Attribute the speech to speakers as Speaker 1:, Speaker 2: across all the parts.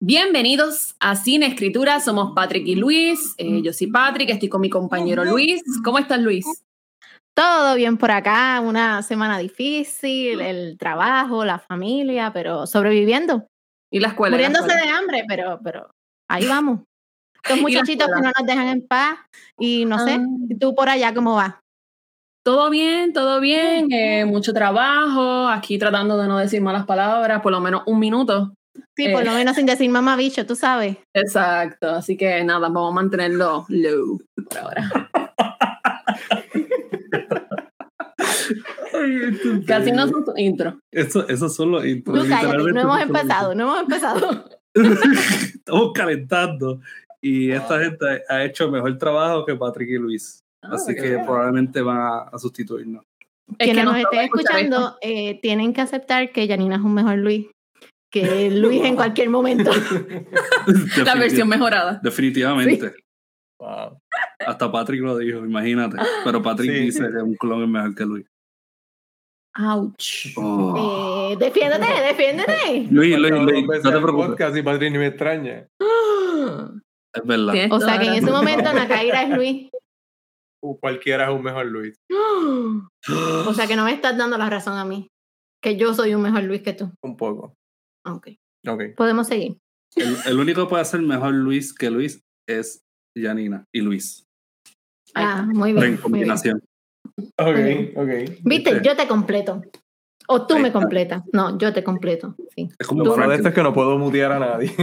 Speaker 1: Bienvenidos a Cine Escritura, somos Patrick y Luis. Eh, yo soy Patrick, estoy con mi compañero Luis. ¿Cómo estás, Luis?
Speaker 2: Todo bien por acá, una semana difícil, el trabajo, la familia, pero sobreviviendo.
Speaker 1: ¿Y la escuela?
Speaker 2: Muriéndose
Speaker 1: la escuela?
Speaker 2: de hambre, pero, pero ahí vamos. Estos muchachitos que no nos dejan en paz y no sé,
Speaker 1: Ah.
Speaker 2: ¿y tú por allá cómo vas?
Speaker 1: Todo bien, todo bien, eh, mucho trabajo, aquí tratando de no decir malas palabras, por lo menos un minuto.
Speaker 2: Sí, por
Speaker 1: Eh.
Speaker 2: lo menos sin decir mamá bicho, tú sabes.
Speaker 1: Exacto, así que nada, vamos a mantenerlo low por ahora. Casi no son tu intro.
Speaker 3: Eso, eso son los intros,
Speaker 1: Pues
Speaker 2: Tú cállate, no
Speaker 3: literalmente
Speaker 2: hemos
Speaker 3: esos son los
Speaker 2: empezado, no hemos empezado.
Speaker 3: intros. Estamos calentando. Y
Speaker 1: Ah.
Speaker 3: esta gente ha hecho mejor trabajo que Patrick y Luis. Así que probablemente van a, a sustituirnos.
Speaker 1: Es que
Speaker 2: Quienes
Speaker 1: no
Speaker 2: nos estén
Speaker 1: estaba escuchando
Speaker 2: escuchando eh, tienen que aceptar que Janina es un mejor Luis que Luis en cualquier momento.
Speaker 1: La versión mejorada.
Speaker 3: Definitivamente.
Speaker 4: Wow.
Speaker 3: Hasta Patrick lo dijo, imagínate. Pero Patrick
Speaker 4: Sí.
Speaker 3: dice que un clon es mejor que Luis.
Speaker 1: Ouch.
Speaker 3: Oh.
Speaker 2: Eh, defiéndete, defiéndete.
Speaker 3: Luis, Luis,
Speaker 4: Faltaba
Speaker 3: Luis,
Speaker 4: dos veces
Speaker 3: no te
Speaker 4: al
Speaker 3: preocupes.
Speaker 4: podcast y Patrick ni me extraña.
Speaker 3: Es verdad.
Speaker 1: Tienes
Speaker 2: O
Speaker 1: toda
Speaker 2: sea que en
Speaker 1: la
Speaker 2: ese
Speaker 1: razón.
Speaker 2: momento Nakaira es Luis.
Speaker 4: O cualquiera es un mejor Luis.
Speaker 2: O sea que no me estás dando la razón a mí. Que yo soy un mejor Luis que tú.
Speaker 4: Un poco.
Speaker 2: Ah, Ok.
Speaker 4: Ok.
Speaker 2: Podemos seguir.
Speaker 3: El, el único que puede ser mejor Luis que Luis es Janina y Luis.
Speaker 1: Ahí
Speaker 2: Ah,
Speaker 1: está.
Speaker 2: muy bien.
Speaker 3: En
Speaker 2: muy bien.
Speaker 3: combinación.
Speaker 4: Ok, ok.
Speaker 2: Viste,
Speaker 3: Viste.
Speaker 2: yo te completo. O tú
Speaker 3: Ahí
Speaker 2: me
Speaker 3: está.
Speaker 2: completas. No, yo te completo. Sí.
Speaker 3: Es como
Speaker 4: Lo malo de
Speaker 3: Franklin.
Speaker 4: esto es que no puedo mutear a nadie.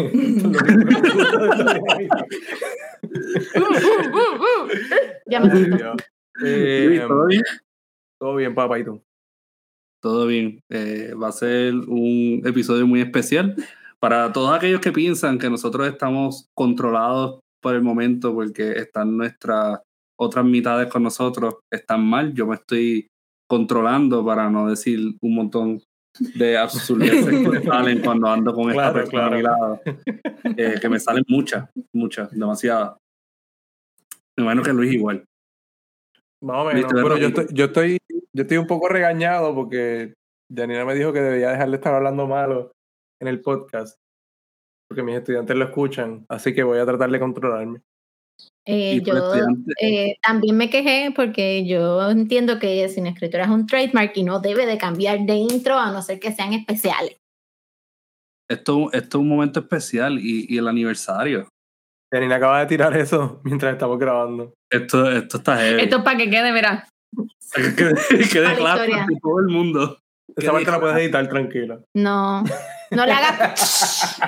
Speaker 4: Lo
Speaker 2: Ya me
Speaker 4: que-
Speaker 3: Em,
Speaker 2: siento.
Speaker 4: Eh,
Speaker 3: Luis, ¿todo bien?
Speaker 4: Todo bien, papá, y tú.
Speaker 3: Todo bien. Eh, va a ser un episodio muy especial para todos aquellos que piensan que nosotros estamos controlados por el momento porque están nuestras otras mitades con nosotros, están mal. Yo me estoy controlando para no decir un montón de absurdeces que me salen cuando ando con esta
Speaker 4: Claro,
Speaker 3: persona a mi lado. Eh, que me salen muchas, muchas, demasiadas. Me imagino que Luis igual.
Speaker 4: Más o menos.
Speaker 3: Listo,
Speaker 4: Pero
Speaker 3: Rodrigo.
Speaker 4: yo estoy, yo, estoy, yo estoy un poco regañado porque Janina me dijo que debería dejar de estar hablando malo en el podcast. Porque mis estudiantes lo escuchan. Así que voy a tratar de controlarme.
Speaker 2: Eh,
Speaker 3: Y
Speaker 2: yo
Speaker 3: por estudiante-
Speaker 2: eh, también me quejé porque yo entiendo que sin escritura es un trademark y no debe de cambiar de intro a no ser que sean especiales.
Speaker 3: esto, esto es un momento especial y, y el aniversario.
Speaker 4: Janina acaba de tirar eso mientras estamos grabando.
Speaker 3: Esto, esto está heavy.
Speaker 1: Esto es para que quede, verás.
Speaker 3: que que
Speaker 2: Para
Speaker 3: de
Speaker 2: la
Speaker 3: claro
Speaker 2: historia.
Speaker 3: ante todo el mundo.
Speaker 4: Esa parte la puedes editar tranquila.
Speaker 2: No, no le hagas.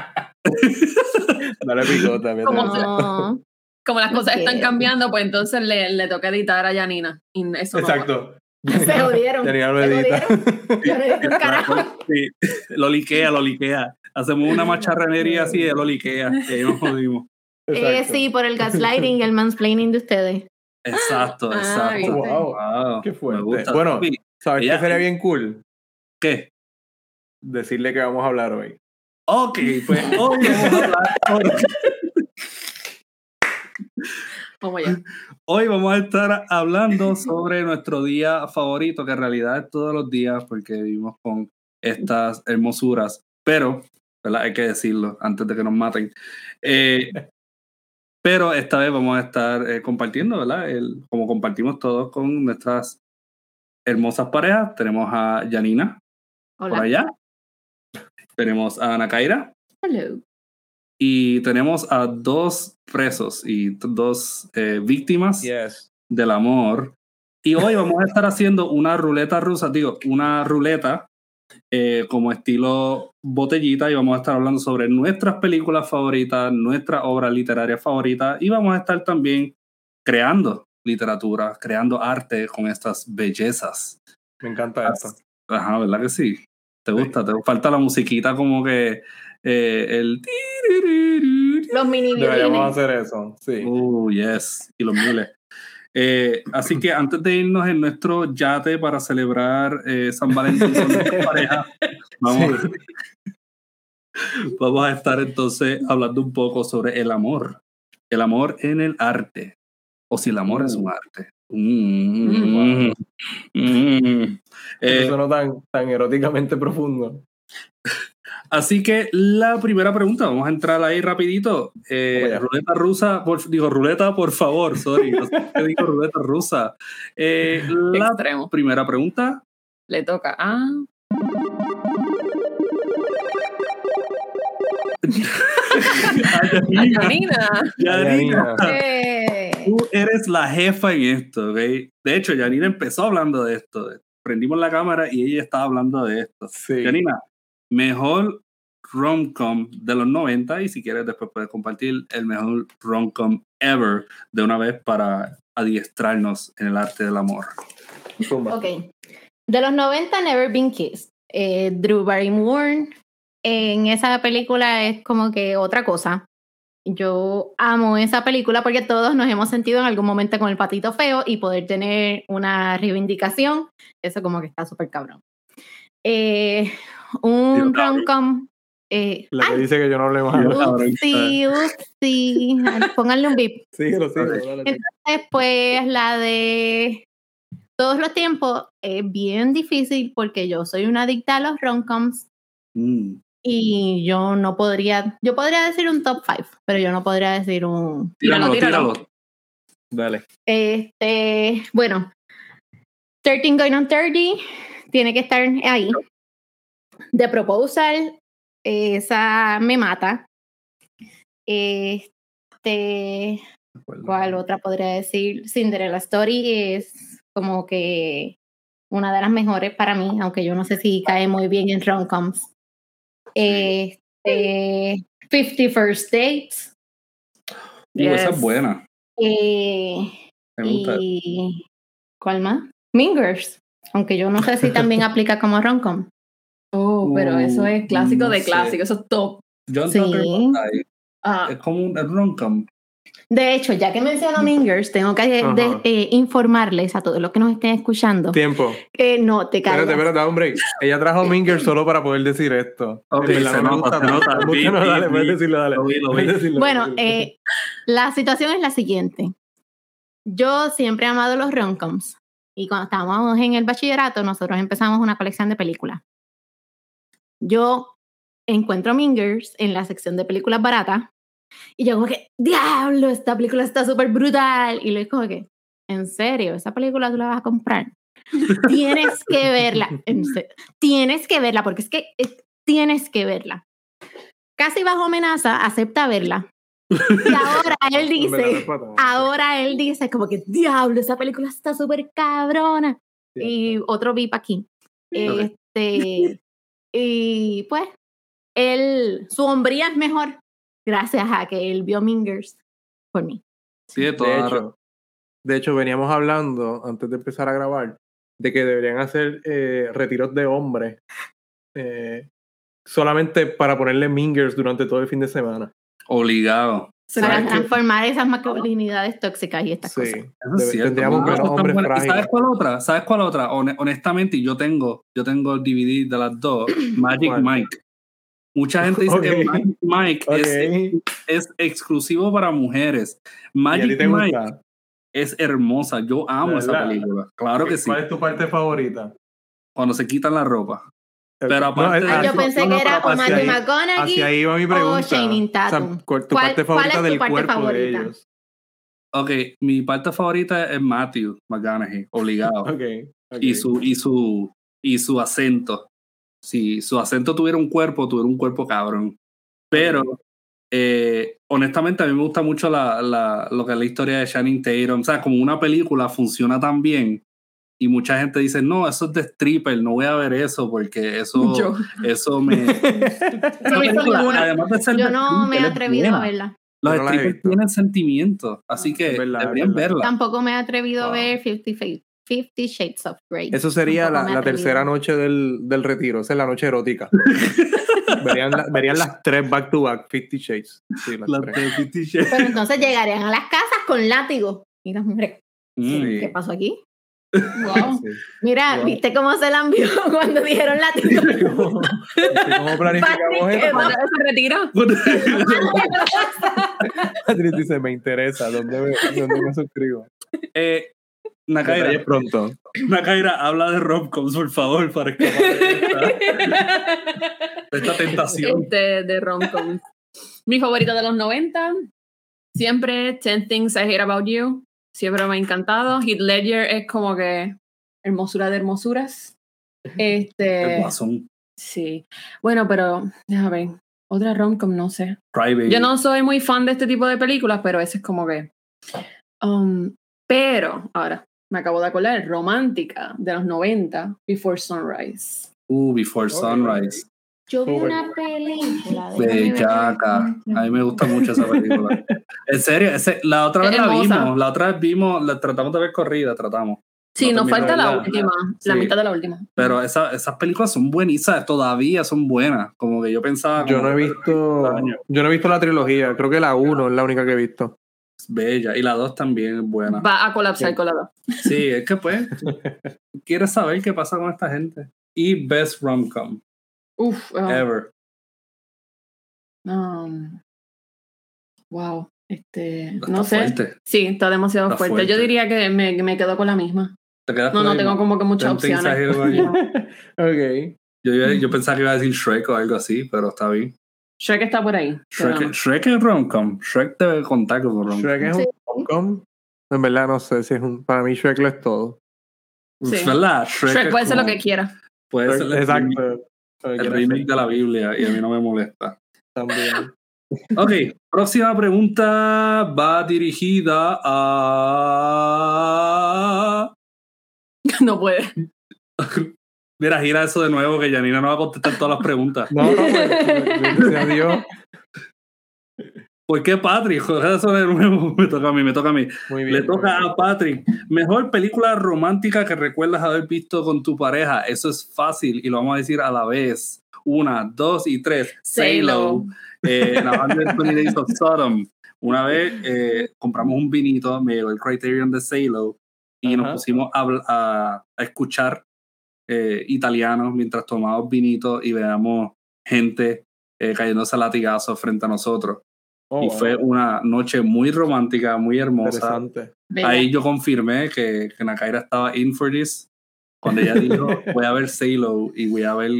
Speaker 4: Dale picota. vete.
Speaker 1: Como sea.
Speaker 2: No.
Speaker 1: Como las
Speaker 2: No
Speaker 1: cosas están
Speaker 2: quiero.
Speaker 1: cambiando, pues entonces le, le toca editar a Janina. Y eso no va.
Speaker 4: Exacto.
Speaker 2: Se jodieron.
Speaker 4: Janina lo
Speaker 2: Se
Speaker 4: edita.
Speaker 2: jodieron. Carajo.
Speaker 3: Sí, lo liquea, lo liquea. Hacemos una macharranería así de lo liquea. Y ahí nos jodimos.
Speaker 2: Eh,
Speaker 4: Exacto.
Speaker 2: sí, por el gaslighting y el mansplaining de ustedes.
Speaker 3: Exacto,
Speaker 1: Ay,
Speaker 3: exacto.
Speaker 1: viste.
Speaker 4: Oh, Wow.
Speaker 3: Wow,
Speaker 4: Qué fuerte.
Speaker 3: me gusta.
Speaker 4: Bueno,
Speaker 3: Papi,
Speaker 4: ¿Sabes
Speaker 3: Ella-
Speaker 4: qué sería bien cool?
Speaker 3: ¿qué?
Speaker 4: Decirle que vamos a hablar hoy.
Speaker 3: Ok, pues hoy vamos, a hablar-
Speaker 1: Vamos allá.
Speaker 3: hoy vamos a estar hablando sobre nuestro día favorito, que en realidad es todos los días, porque vivimos con estas hermosuras. Pero, ¿verdad? Hay que decirlo antes de que nos maten. Eh, pero esta vez vamos a estar eh, compartiendo, ¿verdad? El, como compartimos todos con nuestras hermosas parejas, tenemos a Janina por
Speaker 2: Hola.
Speaker 3: allá, tenemos a Ana Kaira
Speaker 1: Hello.
Speaker 3: y tenemos a dos presos y t- dos eh, víctimas
Speaker 4: Yes.
Speaker 3: del amor. Y hoy vamos a estar haciendo una ruleta rusa, digo, una ruleta eh, como estilo botellita y vamos a estar hablando sobre nuestras películas favoritas, nuestra obra literaria favorita y vamos a estar también creando literatura, creando arte con estas bellezas.
Speaker 4: Me encanta esto.
Speaker 3: Ajá, ¿verdad que sí? ¿Te gusta? ¿Te falta la musiquita como que eh, el...
Speaker 2: Los mini
Speaker 4: Deberíamos
Speaker 2: violines.
Speaker 4: hacer eso. Sí.
Speaker 3: Oh, yes. Y los miles. Eh, así que antes de irnos en nuestro yate para celebrar eh, San Valentín con nuestra pareja, vamos, vamos a estar entonces hablando un poco sobre el amor. El amor en el arte. O si el amor es un arte. Mm, mm, Eh, mm. Eh,
Speaker 4: Eso no tan, tan eróticamente profundo.
Speaker 3: Así que la primera pregunta, vamos a entrar ahí rapidito. Eh,
Speaker 4: Vamos allá.
Speaker 3: ruleta rusa, por- digo ruleta, por favor, sorry, no sé por qué digo ruleta rusa. Eh, la
Speaker 1: Extremo.
Speaker 3: primera pregunta,
Speaker 1: Le toca. Ah. A Janina.
Speaker 3: Yanina,
Speaker 2: Eh,
Speaker 3: tú eres la jefa en esto, ¿ok? De hecho, Yanina empezó hablando de esto. Prendimos la cámara y ella estaba hablando de esto.
Speaker 4: Sí.
Speaker 3: Yanina, mejor rom-com de los 90 y si quieres después puedes compartir el mejor rom-com ever de una vez para adiestrarnos en el arte del amor.
Speaker 4: Zumba.
Speaker 2: ok. De los 90, Never Been Kissed. Eh, Drew Barrymore. En esa película es como que otra cosa. Yo amo esa película porque todos nos hemos sentido en algún momento con el patito feo y poder tener una reivindicación, eso como que está súper cabrón. Eh, un
Speaker 3: Digo, cabrón.
Speaker 2: rom-com. eh,
Speaker 4: La que dice que yo no hable más.
Speaker 3: Digo, cabrón.
Speaker 2: Upsi, upsi. Pónganle un bip.
Speaker 4: Síguelo, síguelo.
Speaker 3: Ok.
Speaker 4: dale, dale.
Speaker 2: Después la de todos los tiempos es bien difícil porque yo soy una adicta a los romcoms
Speaker 3: Mm.
Speaker 2: y yo no podría, yo podría decir un top 5, pero yo no podría decir un...
Speaker 1: Tíralo,
Speaker 3: Tíralo, tíralo.
Speaker 1: tíralo.
Speaker 4: Dale.
Speaker 2: Este, bueno, 13 Going on 30 tiene que estar ahí. The Proposal, esa me mata. Este, ¿Cuál otra podría decir? Cinderella Story es como que una de las mejores para mí, aunque yo no sé si cae muy bien en rom-coms. Este, 50 First Dates.
Speaker 3: Uh, Esa es
Speaker 1: Yes.
Speaker 3: buena.
Speaker 2: eh,
Speaker 3: Me gusta.
Speaker 2: y, ¿Cuál más? Mingers. Aunque yo no sé si también aplica como rom-com.
Speaker 1: Oh, pero eso es clásico
Speaker 3: Mm, no
Speaker 1: de
Speaker 3: sé.
Speaker 1: clásico. Eso es top.
Speaker 3: John
Speaker 2: sí.
Speaker 3: Tucker está ahí.
Speaker 1: Ah,
Speaker 3: es como un rom-com.
Speaker 2: De hecho, ya que menciono Mingers, tengo que de-
Speaker 4: Ajá.
Speaker 2: eh, informarles a todos los que nos estén escuchando
Speaker 4: Tiempo.
Speaker 2: que no te
Speaker 4: Espérate,
Speaker 2: caigas.
Speaker 4: espérate, hombre. Ella trajo Minger solo para poder decir esto.
Speaker 3: Ok,
Speaker 4: En verdad
Speaker 3: se
Speaker 4: me
Speaker 3: nota,
Speaker 4: gusta
Speaker 3: se
Speaker 4: tanto.
Speaker 3: nota.
Speaker 4: Bueno,
Speaker 3: Vi, vi,
Speaker 4: dale, puedes
Speaker 3: vi.
Speaker 4: decirlo, dale.
Speaker 3: Lo vi, lo vi.
Speaker 4: Puedes decirlo,
Speaker 2: Bueno,
Speaker 4: puedes decirlo.
Speaker 2: eh, la situación es la siguiente. Yo siempre he amado los romcoms y cuando estábamos en el bachillerato nosotros empezamos una colección de películas. Yo encuentro Mingers en la sección de películas baratas y yo como que, diablo, esta película está súper brutal. Y Luis como que, en serio, esa película tú la vas a comprar. tienes que verla, en se- tienes que verla porque es que eh, tienes que verla. Casi bajo amenaza, acepta verla. Y ahora él
Speaker 4: En verdad,
Speaker 2: dice,
Speaker 4: respeto.
Speaker 2: ahora él dice como que, diablo, esa película está súper cabrona. Y otro VIP aquí.
Speaker 3: Ok.
Speaker 2: Este, y pues, él, su hombría es mejor gracias a que él vio Mingers por mí.
Speaker 3: Tiene toda
Speaker 4: De
Speaker 3: la
Speaker 4: hecho, de hecho, veníamos hablando antes de empezar a grabar de que deberían hacer eh, retiros de hombres eh, solamente para ponerle mingers durante todo el fin de semana.
Speaker 3: Obligado.
Speaker 2: Para
Speaker 4: que- Oh.
Speaker 2: transformar esas masculinidades tóxicas y estas cosas.
Speaker 4: Sí.
Speaker 3: Eso es
Speaker 4: Debe-
Speaker 3: cierto.
Speaker 4: tendríamos
Speaker 3: Ah, no,
Speaker 4: menos
Speaker 3: eso está
Speaker 4: hombres
Speaker 3: buena. ¿Y
Speaker 4: frágiles.
Speaker 3: ¿Sabes cuál otra? ¿Sabes cuál otra? Hone- honestamente, y yo tengo, yo tengo el DVD de las dos, Magic
Speaker 4: ¿Cuál?
Speaker 3: Mike. Mucha gente dice que
Speaker 4: Ok.
Speaker 3: Magic Mike
Speaker 4: Ok.
Speaker 3: es, es exclusivo para mujeres.
Speaker 4: ¿Y a ti
Speaker 3: Magic
Speaker 4: te
Speaker 3: Mike
Speaker 4: gusta?
Speaker 3: es hermosa. Yo amo
Speaker 4: ¿De
Speaker 3: esa
Speaker 4: verdad?
Speaker 3: película. Claro que sí.
Speaker 4: ¿Cuál es tu parte favorita?
Speaker 3: Cuando se quitan la ropa. Pero
Speaker 4: Ah, No,
Speaker 3: aparte
Speaker 4: es-
Speaker 3: de
Speaker 2: Ay, yo
Speaker 3: eso,
Speaker 2: pensé
Speaker 3: no, no,
Speaker 2: que era
Speaker 3: pero
Speaker 2: o
Speaker 4: hacia
Speaker 2: Matthew
Speaker 4: ahí-
Speaker 2: McConaughey.
Speaker 4: Hacia ahí va mi pregunta.
Speaker 2: Channing Tatum.
Speaker 4: O sea, ¿cuál- tu
Speaker 2: ¿Cuál-
Speaker 4: parte
Speaker 2: cuál es
Speaker 4: favorita
Speaker 2: tu
Speaker 4: del
Speaker 2: parte
Speaker 4: cuerpo
Speaker 2: favorita?
Speaker 4: de ellos.
Speaker 3: Ok, mi parte favorita es Matthew McConaughey, obligado.
Speaker 4: Okay, ok.
Speaker 3: y su y su y su acento. Si su acento tuviera un cuerpo, tuviera un cuerpo cabrón. Pero eh, honestamente a mí me gusta mucho la, la- lo que es la historia de Shannon Tatum. O sea, como una película funciona tan bien y mucha gente dice, no, eso es de stripper, no voy a ver eso porque eso,
Speaker 1: yo.
Speaker 3: eso me... Esa
Speaker 2: me hizo
Speaker 3: película,
Speaker 2: llorar.
Speaker 3: además de ser
Speaker 2: Yo
Speaker 3: de
Speaker 2: no me he
Speaker 3: stripper, es
Speaker 2: atrevido a
Speaker 3: buena.
Speaker 2: verla.
Speaker 3: Los
Speaker 4: Yo no la he
Speaker 3: strippers
Speaker 4: visto.
Speaker 3: tienen sentimientos, así
Speaker 4: Ah,
Speaker 3: que
Speaker 4: es verdad, es
Speaker 3: deberían
Speaker 4: verdad.
Speaker 3: verla.
Speaker 2: Tampoco me he atrevido a
Speaker 4: Wow.
Speaker 2: ver 50, Fa- 50 Shades of Grey.
Speaker 4: Eso sería
Speaker 2: Tampoco
Speaker 4: la,
Speaker 2: me
Speaker 4: la
Speaker 2: atreví.
Speaker 4: tercera noche del, del retiro. Esa es la noche erótica. verían, la- verían las tres back to back, 50 Shades. Sí, las
Speaker 3: La
Speaker 4: tres.
Speaker 3: de Fifty Shades.
Speaker 2: Pero entonces llegarían a las casas con látigo. Y las mujeres,
Speaker 3: Mm.
Speaker 2: ¿qué pasó aquí?
Speaker 1: Wow.
Speaker 4: Sí.
Speaker 2: Mira,
Speaker 4: Wow.
Speaker 2: ¿viste cómo se la envió cuando dijeron látigo?
Speaker 4: ¿Cómo, cómo planificamos
Speaker 2: Patrick,
Speaker 4: esto?
Speaker 1: Cuando se Eh, retira.
Speaker 3: Mm.
Speaker 4: Patrick dice, me interesa, ¿dónde me, dónde me suscribo?
Speaker 3: Eh, Nakaira,
Speaker 4: Detalles pronto.
Speaker 3: Nakaira, habla de romcoms, por favor, para escapar de esta, de esta tentación.
Speaker 1: Este, de romcom. Mi favorita de los 90, siempre 10 Things I Hate About You, siempre me ha encantado. Heath Ledger es como que hermosura de hermosuras.
Speaker 3: El
Speaker 1: Este,
Speaker 3: guasón,
Speaker 1: sí. Bueno, pero déjame ver. Otra romcom, no sé.
Speaker 3: private.
Speaker 1: Yo no soy muy fan de este tipo de películas, pero ese es como que. Um, pero, ahora, me acabo de acordar, romántica de los 90, Before Sunrise.
Speaker 3: Uh, Before
Speaker 4: Ok.
Speaker 3: Sunrise.
Speaker 2: Yo vi
Speaker 4: Súper.
Speaker 2: una película. déjame ver.
Speaker 3: Bellaca. A mí me gusta mucho esa película. en serio, ese- la otra
Speaker 1: Es
Speaker 3: vez la
Speaker 1: hermosa.
Speaker 3: vimos. La otra vez vimos, la tratamos de ver corrida, tratamos.
Speaker 1: Sí,
Speaker 3: No
Speaker 1: nos
Speaker 3: termino
Speaker 1: falta
Speaker 3: de
Speaker 1: la
Speaker 3: verla.
Speaker 1: última, la
Speaker 4: Sí.
Speaker 1: mitad de la última.
Speaker 3: Pero esa- esas películas son buenísimas, todavía son buenas. Como que yo pensaba.
Speaker 4: Yo
Speaker 3: como
Speaker 4: no he
Speaker 3: que
Speaker 4: visto.
Speaker 3: años.
Speaker 4: Yo no he visto la trilogía. Creo que la 1 es la única que he visto.
Speaker 3: es Bella. Y la dos también es buena.
Speaker 1: Va a colapsar
Speaker 4: Sí.
Speaker 1: con la dos.
Speaker 3: Sí, es que pues. quieres saber qué pasa con esta gente. Y Best Rom-Com
Speaker 1: Uf, ah,
Speaker 3: Ever.
Speaker 1: um, wow. Este,
Speaker 3: Está
Speaker 1: no sé.
Speaker 3: fuerte.
Speaker 1: Sí, está demasiado
Speaker 3: Está
Speaker 1: fuerte.
Speaker 3: fuerte.
Speaker 1: Yo diría que me, que me quedo con la misma.
Speaker 3: ¿Te quedas
Speaker 1: No,
Speaker 3: con
Speaker 1: no
Speaker 3: la
Speaker 1: tengo
Speaker 3: misma?
Speaker 1: como que muchas
Speaker 3: Ten things I
Speaker 1: opciones.
Speaker 3: hate about you.
Speaker 4: ok.
Speaker 3: Yo, yo, yo pensaba que iba a decir Shrek o algo así, pero está bien.
Speaker 1: Shrek está por ahí. pero
Speaker 3: Shrek,
Speaker 1: no.
Speaker 3: Shrek es rom-com. Shrek debe contar como rom-com.
Speaker 4: Shrek es un
Speaker 2: Sí.
Speaker 4: rom-com. En verdad no sé si es un. Para mí Shrek lo es todo.
Speaker 1: Sí.
Speaker 3: ¿Verdad? Shrek,
Speaker 1: Shrek
Speaker 3: es
Speaker 1: puede ser lo
Speaker 3: como-
Speaker 1: que quiera.
Speaker 3: Puede ser el remake-
Speaker 4: Exacto.
Speaker 3: El remake de la Biblia y a mí no me molesta.
Speaker 4: También.
Speaker 3: Ok, próxima pregunta va dirigida a.
Speaker 1: No puede.
Speaker 3: Mira, gira eso de nuevo que Janina no va a contestar todas las preguntas.
Speaker 4: No, no, pues, gracias a Dios.
Speaker 3: ¿Por qué Patrick? Gira eso de nuevo. Me toca a mí, me toca a mí.
Speaker 4: Muy bien. pues.
Speaker 3: Le toca
Speaker 4: muy bien.
Speaker 3: a Patrick. Mejor película romántica que recuerdas haber visto con tu pareja. Eso es fácil y lo vamos a decir a la vez. Una, dos y tres.
Speaker 1: Salo.
Speaker 3: Eh, en 120 Days of Sodom. Una vez eh, compramos un vinito, me llegó el Criterion de Salo y nos
Speaker 4: Ajá.
Speaker 3: pusimos a, habl- a- a escuchar eh, italianos mientras tomábamos vinito y veíamos gente eh, cayéndose a latigazos frente a nosotros.
Speaker 4: Oh,
Speaker 3: y
Speaker 4: wow,
Speaker 3: fue una noche muy romántica, muy hermosa.
Speaker 4: Interesante.
Speaker 1: Bella.
Speaker 3: Ahí yo confirmé que, que Nakaira estaba in for this. Cuando ella dijo, voy a ver Salo y voy a ver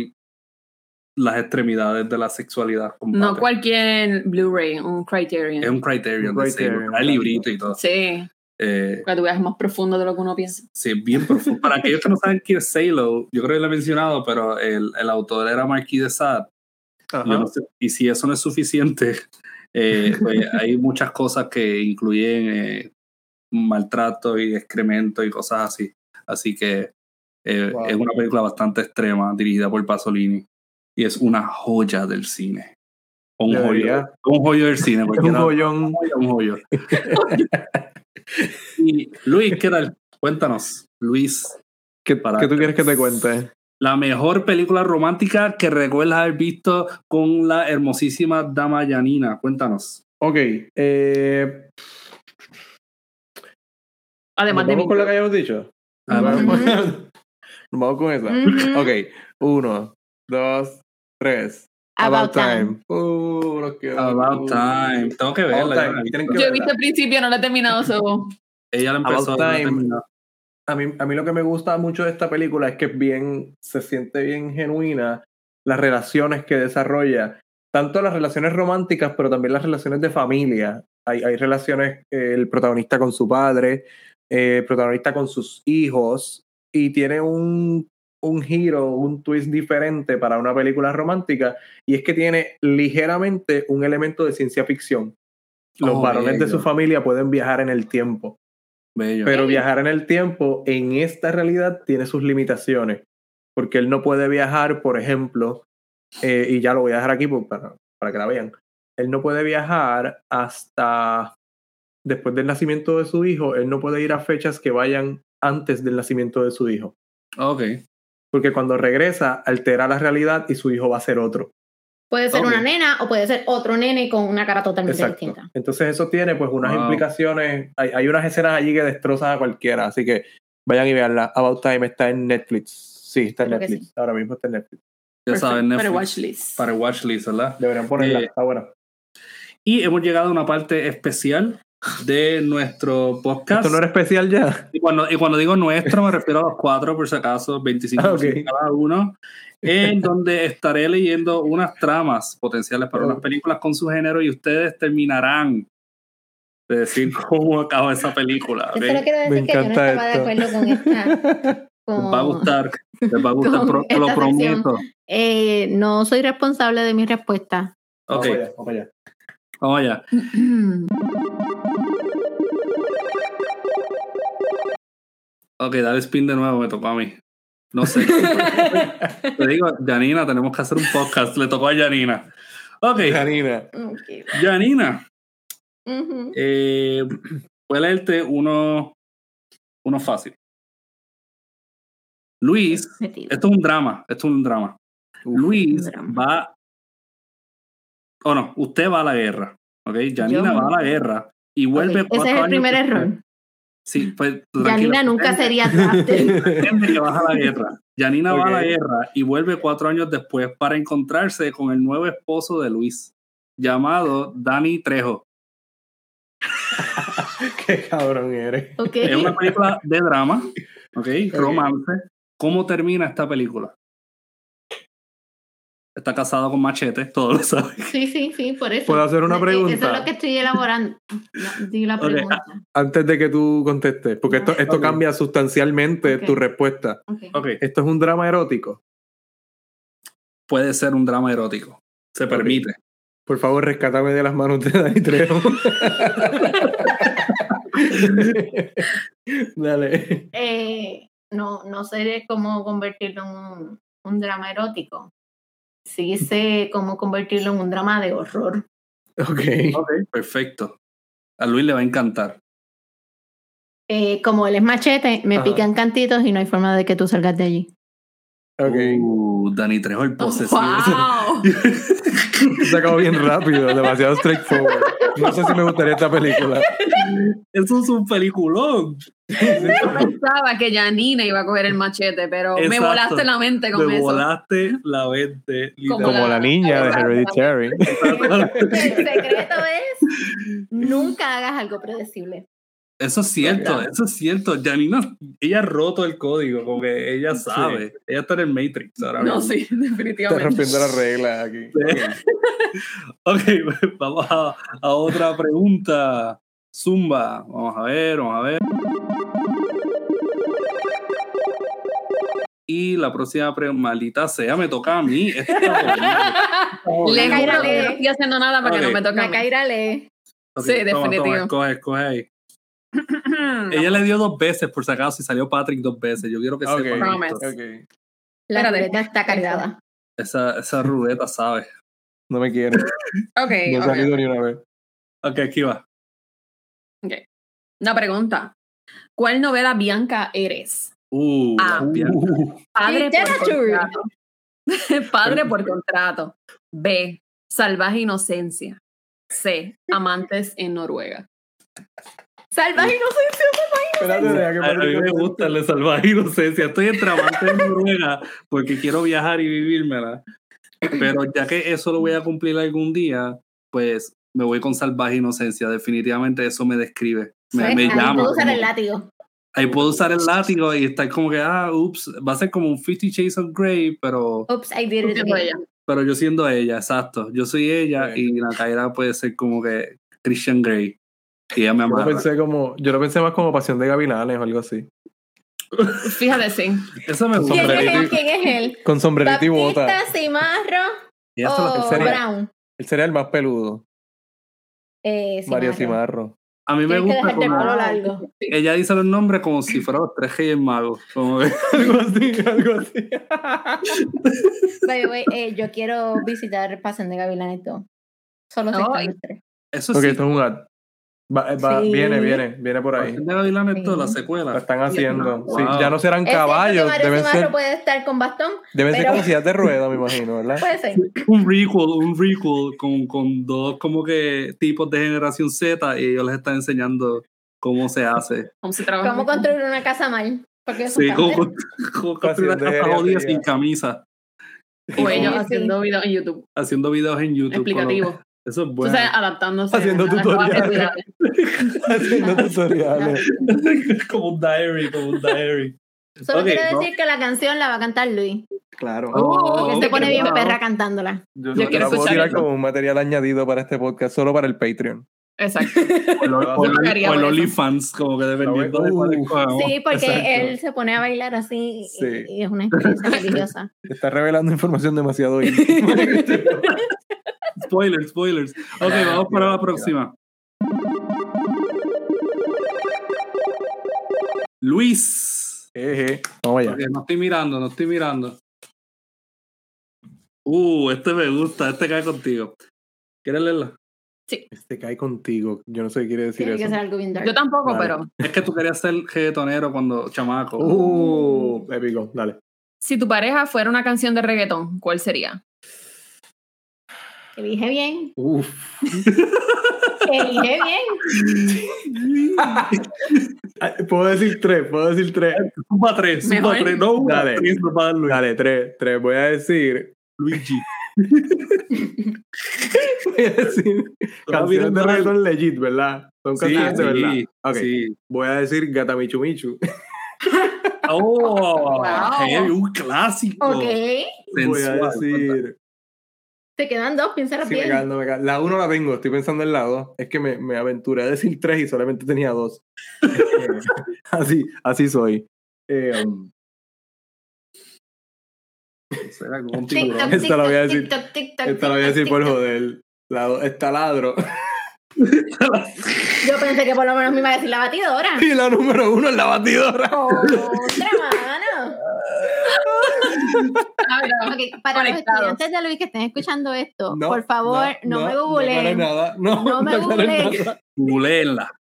Speaker 3: las extremidades de la sexualidad. con
Speaker 1: No
Speaker 3: Patrick".
Speaker 1: cualquier Blu-ray, un Criterion.
Speaker 3: Es un criterion,
Speaker 4: Un
Speaker 3: de Salo,
Speaker 4: criterion,
Speaker 3: Hay
Speaker 4: claro.
Speaker 3: librito y todo.
Speaker 1: Sí,
Speaker 3: Eh,
Speaker 1: para que tú veas más profundo de lo que uno piensa.
Speaker 3: sí, es bien profundo. Para aquellos que no saben quién es Salo, yo creo que lo he mencionado, pero el, el autor era Marquis de Sade.
Speaker 4: Ajá.
Speaker 3: Yo no sé- y si eso no es suficiente, eh, pues, hay muchas cosas que incluyen eh, maltrato y excremento y cosas así. Así que eh,
Speaker 4: Wow.
Speaker 3: es una película bastante extrema dirigida por Pasolini y es una joya del cine. O Un joyo,
Speaker 4: Debería.
Speaker 3: un joyo del cine.
Speaker 4: Es un
Speaker 3: cualquiera-
Speaker 4: joyón.
Speaker 3: joya, un joyo. y Luis, ¿qué tal? Cuéntanos, Luis,
Speaker 4: ¿Qué,
Speaker 3: Para-
Speaker 4: qué tú quieres que te cuente?
Speaker 3: la mejor película romántica que recuerdas haber visto con la hermosísima dama Yanina. Cuéntanos.
Speaker 4: Ok. Eh,
Speaker 1: Además
Speaker 4: ¿nos
Speaker 1: de
Speaker 4: vamos
Speaker 1: mí.
Speaker 4: con la que hayamos dicho?
Speaker 3: Además,
Speaker 2: Ujú.
Speaker 4: Nos vamos con esa.
Speaker 2: Ujú.
Speaker 4: Ok. Uno, dos, tres.
Speaker 2: About time.
Speaker 4: Uh, los quiero.
Speaker 3: About Time. Tengo que verla.
Speaker 4: About
Speaker 3: ya
Speaker 4: Time,
Speaker 3: la he
Speaker 4: tienen
Speaker 3: visto.
Speaker 4: que
Speaker 1: Yo he
Speaker 4: verla.
Speaker 1: visto el principio, no lo he terminado. so-
Speaker 3: Ella la empezó
Speaker 4: About
Speaker 3: no la
Speaker 4: Time.
Speaker 3: terminó.
Speaker 4: a mí, a mí lo que me gusta mucho de esta película es que es bien, se siente bien genuina las relaciones que desarrolla, tanto las relaciones románticas, pero también las relaciones de familia. Hay, hay relaciones, eh, el protagonista con su padre, eh, el protagonista con sus hijos, y tiene un, un giro, un twist diferente para una película romántica, y es que tiene ligeramente un elemento de ciencia ficción. Los
Speaker 3: Oh,
Speaker 4: varones de
Speaker 3: bello.
Speaker 4: su familia pueden viajar en el tiempo.
Speaker 3: Bello.
Speaker 4: Pero viajar en el tiempo en esta realidad tiene sus limitaciones, porque él no puede viajar, por ejemplo, eh, y ya lo voy a dejar aquí por- para, para que la vean, él no puede viajar hasta después del nacimiento de su hijo, él no puede ir a fechas que vayan antes del nacimiento de su hijo,
Speaker 3: ok.
Speaker 4: porque cuando regresa altera la realidad y su hijo va a ser otro.
Speaker 2: Puede ser
Speaker 3: Ok.
Speaker 2: una nena o puede ser otro nene con una cara totalmente
Speaker 4: Exacto.
Speaker 2: distinta.
Speaker 4: Entonces eso tiene pues unas
Speaker 3: Wow.
Speaker 4: implicaciones, hay, hay unas escenas allí que destrozan a cualquiera, así que vayan y veanla. About Time está en Netflix. Sí, está en
Speaker 2: Creo que
Speaker 4: Netflix. Ahora mismo está en Netflix.
Speaker 3: Ya
Speaker 1: Perfecto,
Speaker 3: saben,
Speaker 1: Para
Speaker 3: Netflix.
Speaker 1: watchlist.
Speaker 3: Para watchlist, ¿verdad?
Speaker 4: Deberían ponerla,
Speaker 3: Eh,
Speaker 4: está buena.
Speaker 3: Y hemos llegado a una parte especial de nuestro podcast.
Speaker 4: Esto no era especial ya.
Speaker 3: Y cuando, y cuando digo nuestro, me refiero a los cuatro, por si acaso, 25
Speaker 4: Ah, ok.
Speaker 3: cada uno, en donde estaré leyendo unas tramas potenciales para
Speaker 4: Ah.
Speaker 3: unas películas con su género y ustedes terminarán de decir cómo acaba esa película.
Speaker 2: Yo
Speaker 3: ¿ok?
Speaker 2: solo quiero decir
Speaker 4: Me
Speaker 2: que yo no
Speaker 4: encanta
Speaker 2: estaba de acuerdo con esta.
Speaker 3: Les
Speaker 2: con-
Speaker 3: va a gustar, les va a gustar,
Speaker 2: Con
Speaker 3: pro-
Speaker 2: esta
Speaker 3: lo
Speaker 2: sección.
Speaker 3: prometo.
Speaker 2: Eh, no soy responsable de mi respuesta.
Speaker 3: Ok,
Speaker 4: Vamos allá, vamos allá.
Speaker 3: vamos allá. Ok, dale spin de nuevo, me tocó a mí. No sé. Te digo, Janina, tenemos que hacer un podcast. Le tocó a Janina. Ok,
Speaker 4: Janina.
Speaker 2: Ok.
Speaker 3: Janina,
Speaker 2: Ujú.
Speaker 3: eh, voy a leerte uno, uno fácil. Luis,
Speaker 2: Metido.
Speaker 3: esto es un drama, esto es un drama. Luis
Speaker 2: un drama.
Speaker 3: va, o no, usted va a la guerra, ¿ok? Janina
Speaker 2: Yo.
Speaker 3: va a la guerra y vuelve.
Speaker 2: Ok, Ese
Speaker 3: cuatro
Speaker 2: es el
Speaker 3: años
Speaker 2: primer
Speaker 3: después.
Speaker 2: error.
Speaker 3: Sí, pues.
Speaker 2: Janina
Speaker 3: tranquila,
Speaker 2: nunca
Speaker 3: usted-
Speaker 2: sería drafted.
Speaker 3: Entiende que vas a la guerra. Janina va a la
Speaker 4: Ok.
Speaker 3: guerra y vuelve cuatro años después para encontrarse con el nuevo esposo de Luis, llamado Dani Trejo.
Speaker 4: Qué cabrón eres.
Speaker 2: Ok.
Speaker 3: Es una película de drama, ¿ok? Romance. ¿Cómo termina esta película? Está casado con machete, todo lo sabe.
Speaker 2: Sí, sí, sí, por eso.
Speaker 4: ¿Puedo hacer una
Speaker 2: Eh, Eso es
Speaker 4: pregunta? ah,
Speaker 2: lo que estoy elaborando. No, di la
Speaker 3: Ok,
Speaker 2: pregunta.
Speaker 4: Antes de que tú contestes, porque esto, esto
Speaker 3: Ok.
Speaker 4: cambia sustancialmente
Speaker 2: Ok.
Speaker 4: tu respuesta.
Speaker 2: Ok.
Speaker 3: Ok,
Speaker 4: Esto es un drama erótico.
Speaker 3: puede ser un drama erótico. Se permite.
Speaker 4: Por favor, rescátame de las manos de Dani Trejo. Dale.
Speaker 2: Eh, no, no sé cómo convertirlo en un, un drama erótico. Sí sé cómo convertirlo en un drama de horror.
Speaker 4: Ok.
Speaker 3: Ok, perfecto. A Luis le va a encantar.
Speaker 2: Eh, como él es machete, me
Speaker 4: Ajá.
Speaker 2: pican cantitos y no hay forma de que tú salgas de allí.
Speaker 4: Ok.
Speaker 3: Uh, Dani Trejo, el posesivo.
Speaker 1: ¡Wow!
Speaker 4: Se acabó bien rápido, demasiado straightforward. No sé si me gustaría esta película.
Speaker 3: Eso es un peliculón.
Speaker 1: Yo pensaba que Janina iba a coger el machete, pero me
Speaker 3: Exacto.
Speaker 1: volaste la mente con
Speaker 3: Te
Speaker 1: eso.
Speaker 3: volaste la mente.
Speaker 1: Como
Speaker 4: Como
Speaker 1: la-
Speaker 4: la niña de
Speaker 1: la-
Speaker 4: Hereditary.
Speaker 2: El secreto es nunca hagas algo predecible.
Speaker 3: Eso es cierto,
Speaker 4: Claro.
Speaker 3: eso es cierto. Janina, ella ha roto el código, como que ella sabe. Ella está en el Matrix ahora
Speaker 1: No,
Speaker 3: mismo.
Speaker 1: sí,
Speaker 4: Está
Speaker 1: definitivamente.
Speaker 4: rompiendo las reglas aquí.
Speaker 3: Ok, vamos a, a otra pregunta. Zumba, vamos a ver, vamos a ver. Y la próxima pregunta, maldita sea, me toca a mí. Esto está horrible.
Speaker 1: Le
Speaker 2: Mira,
Speaker 1: juro que
Speaker 2: mira.
Speaker 1: no estoy haciendo nada para que
Speaker 3: Ok.
Speaker 1: no me toque a mí.
Speaker 2: Macaira lee.
Speaker 3: Ok,
Speaker 1: Sí,
Speaker 3: toma, toma,
Speaker 1: definitivo.
Speaker 3: escoge, escoge ahí. Ella le dio dos veces, por si acaso, y salió Patrick dos veces. Yo quiero que
Speaker 4: Ok.
Speaker 3: sepan esto.
Speaker 1: Promise.
Speaker 4: Ok.
Speaker 2: La
Speaker 1: Espérate.
Speaker 2: ruleta está cargada.
Speaker 3: Esa, esa ruleta sabe.
Speaker 4: No me quieren.
Speaker 1: Ok,
Speaker 4: No he
Speaker 1: ok.
Speaker 4: salido ni una vez.
Speaker 3: Ok, aquí va.
Speaker 1: Una pregunta. ¿Cuál novela Bianca eres?
Speaker 3: Uh,
Speaker 1: Ah.
Speaker 3: la piel.
Speaker 1: Padre por
Speaker 2: Literature.
Speaker 1: contrato. Padre por contrato. B. Salvaje inocencia. C. Amantes en Noruega.
Speaker 2: Salvaje inocencia.
Speaker 4: Espérate, deja que
Speaker 3: a, a
Speaker 4: Patrick
Speaker 3: mí me
Speaker 4: conteste.
Speaker 3: gusta la salvaje inocencia. Estoy entre amante en Noruega porque quiero viajar y vivírmela. Pero ya que eso lo voy a cumplir algún día, pues me voy con salvaje inocencia. Definitivamente eso me describe. Me, me
Speaker 2: Pues, Ahí
Speaker 3: llama.
Speaker 2: puedo usar
Speaker 3: como-
Speaker 2: el látigo.
Speaker 3: ahí puedo usar el látigo y estar como que, ah, ups, va a ser como un 50 Shades of Grey, pero
Speaker 2: Oops, I did it.
Speaker 1: Siendo
Speaker 2: again.
Speaker 1: ella.
Speaker 3: Pero yo siendo ella, exacto. Yo soy ella
Speaker 4: Sí.
Speaker 3: y la caída puede ser como que Christian Grey. Y ella me
Speaker 4: Yo lo
Speaker 3: amarra.
Speaker 4: pensé como, yo lo pensé más como pasión de gavilanes o algo así.
Speaker 1: Fíjate, sí.
Speaker 3: Eso me
Speaker 2: ¿Quién
Speaker 3: gusta.
Speaker 4: Hombre,
Speaker 2: es él?
Speaker 4: Sombrerito.
Speaker 2: ¿Quién es él?
Speaker 4: Con sombrerito y bota.
Speaker 2: Baptista, Cimarro
Speaker 3: Y eso es lo
Speaker 2: o
Speaker 3: que sería.
Speaker 2: Brown.
Speaker 4: Él sería el más peludo.
Speaker 2: Eh,
Speaker 4: Mario Cimarro.
Speaker 3: A mí
Speaker 2: Tienes
Speaker 3: me
Speaker 2: que
Speaker 3: gusta
Speaker 2: dejarte el
Speaker 3: como...
Speaker 2: pelo largo.
Speaker 3: Ella dice los nombres como si fueran los tres Reyes Magos. Como que-
Speaker 4: algo así, algo así.
Speaker 2: By the way, eh, yo quiero visitar Pasión de Gavilanes 2. Solo se
Speaker 1: Ay.
Speaker 2: están los tres.
Speaker 3: Eso
Speaker 4: ok,
Speaker 3: sí.
Speaker 4: esto es un ad. Va- eh, va-
Speaker 2: Sí.
Speaker 4: Viene, viene, viene por ahí.
Speaker 3: Pasión de Gavilanes, toda la
Speaker 2: Sí.
Speaker 4: Lo
Speaker 3: secuela.
Speaker 4: están haciendo.
Speaker 3: Wow.
Speaker 4: Sí, ya no serán
Speaker 2: Es cierto que
Speaker 4: caballos,
Speaker 2: Mario
Speaker 4: deben
Speaker 2: Cimarro
Speaker 4: ser,
Speaker 2: puede estar con bastón.
Speaker 4: deben ser
Speaker 2: pero-
Speaker 4: como sillas de rueda, me imagino, ¿verdad?
Speaker 2: Puede ser.
Speaker 3: Un requel, un requel con, con dos como que tipos de generación Z y ellos les están enseñando cómo se hace.
Speaker 1: ¿Cómo se trabaja?
Speaker 2: ¿Cómo construir una casa mal? Porque es un
Speaker 3: Sí,
Speaker 2: cáncer.
Speaker 3: como, como construir una
Speaker 4: Pasión de
Speaker 3: casa jodida
Speaker 4: geriatría.
Speaker 3: sin camisa.
Speaker 1: O ellos
Speaker 2: Sí, sí.
Speaker 1: haciendo videos en YouTube.
Speaker 3: Haciendo videos en YouTube. con los-
Speaker 1: Explicativo.
Speaker 3: Eso es
Speaker 1: Tú
Speaker 3: bueno.
Speaker 1: sabes, adaptándose.
Speaker 4: Haciendo
Speaker 1: a las nuevas
Speaker 4: tutoriales.
Speaker 1: realidades.
Speaker 4: Haciendo tutoriales.
Speaker 3: como un diary, como un diary.
Speaker 2: Solo
Speaker 3: Ok,
Speaker 2: quiero
Speaker 3: no.
Speaker 2: decir que la canción la va a cantar Luis.
Speaker 4: Claro.
Speaker 1: Oh,
Speaker 2: Que
Speaker 1: ok.
Speaker 2: se pone bien
Speaker 3: wow.
Speaker 2: perra cantándola.
Speaker 3: Yo,
Speaker 4: Yo
Speaker 1: Yo
Speaker 4: te
Speaker 1: quiero
Speaker 4: la puedo
Speaker 1: escuchar
Speaker 4: tirar
Speaker 1: eso.
Speaker 4: como un material añadido para este podcast, solo para el Patreon.
Speaker 1: Exacto.
Speaker 3: O el, o el-
Speaker 1: Tocaría
Speaker 3: o el
Speaker 1: por eso.
Speaker 3: OnlyFans, como que dependiendo de cuál
Speaker 4: Uh,
Speaker 3: escojamos.
Speaker 2: Sí, porque
Speaker 3: Exacto.
Speaker 2: él se pone a bailar así y-
Speaker 4: Sí.
Speaker 2: y, es una experiencia religiosa.
Speaker 4: Está revelando información demasiado íntima.
Speaker 3: Spoilers, spoilers. Ok, vamos para la próxima. Luis.
Speaker 4: Eje. Eh, Vamos allá.
Speaker 3: Ok, no estoy mirando, no estoy mirando. Uh, este me gusta, este cae contigo. ¿Quieres leerla?
Speaker 4: Este cae contigo. Yo no sé qué quiere decir
Speaker 2: Tiene que
Speaker 4: eso.
Speaker 2: ser algo bien dark.
Speaker 1: Yo tampoco,
Speaker 4: Vale.
Speaker 1: pero
Speaker 3: Es que tú querías ser reggaetonero cuando chamaco.
Speaker 4: Uh, épico. Dale.
Speaker 1: si tu pareja fuera una canción de reggaetón, ¿cuál sería?
Speaker 2: Elige bien.
Speaker 4: Uf.
Speaker 2: Elige bien.
Speaker 4: Ah, Puedo decir tres, puedo decir tres.
Speaker 3: Zumba tres, zumba
Speaker 1: Mejor.
Speaker 3: tres. No, una,
Speaker 4: Dale.
Speaker 3: tres, no para Luis.
Speaker 4: Dale, tres, tres. Voy a decir.
Speaker 3: Luigi.
Speaker 4: Voy a decir. Canciones de reggaetón legit, ¿verdad? Son
Speaker 3: Sí,
Speaker 4: canciones de verdad.
Speaker 3: sí,
Speaker 4: Ok.
Speaker 3: sí.
Speaker 4: Voy a decir Gata Michu Michu.
Speaker 3: Oh,
Speaker 2: Wow.
Speaker 3: heavy, un clásico.
Speaker 2: Ok.
Speaker 4: Voy
Speaker 3: Sensual.
Speaker 4: a decir.
Speaker 2: Te quedan dos, piénsalo
Speaker 4: Sí, me
Speaker 2: bien.
Speaker 4: caldo, me caldo. La 1 la tengo, estoy pensando en la 2. Es que me, me aventuré a decir 3 y solamente tenía 2. eh, así, así soy. Eh, um,
Speaker 3: Será como un
Speaker 2: Tic, toc,
Speaker 3: tiburón.
Speaker 4: Esta
Speaker 2: tic,
Speaker 4: la voy a
Speaker 2: toc,
Speaker 4: decir.
Speaker 2: tic, toc, tic, toc,
Speaker 4: esta la
Speaker 2: tic,
Speaker 4: voy a
Speaker 2: toc,
Speaker 4: decir
Speaker 2: tic,
Speaker 4: por
Speaker 2: toc.
Speaker 4: joder. La do- esta ladro.
Speaker 2: Yo pensé que por lo menos me iba a decir la batidora.
Speaker 4: y la número 1 es la batidora.
Speaker 2: Otra mano.
Speaker 1: Ah, mira.
Speaker 2: Ok, para los
Speaker 1: Conectados.
Speaker 2: estudiantes de Luis que estén escuchando esto,
Speaker 4: No,
Speaker 2: por favor, no, me
Speaker 4: No,
Speaker 2: googleen.
Speaker 4: aclaré nada. No,
Speaker 2: No me
Speaker 4: aclaré
Speaker 2: googleen.
Speaker 4: nada.
Speaker 3: Googleenla.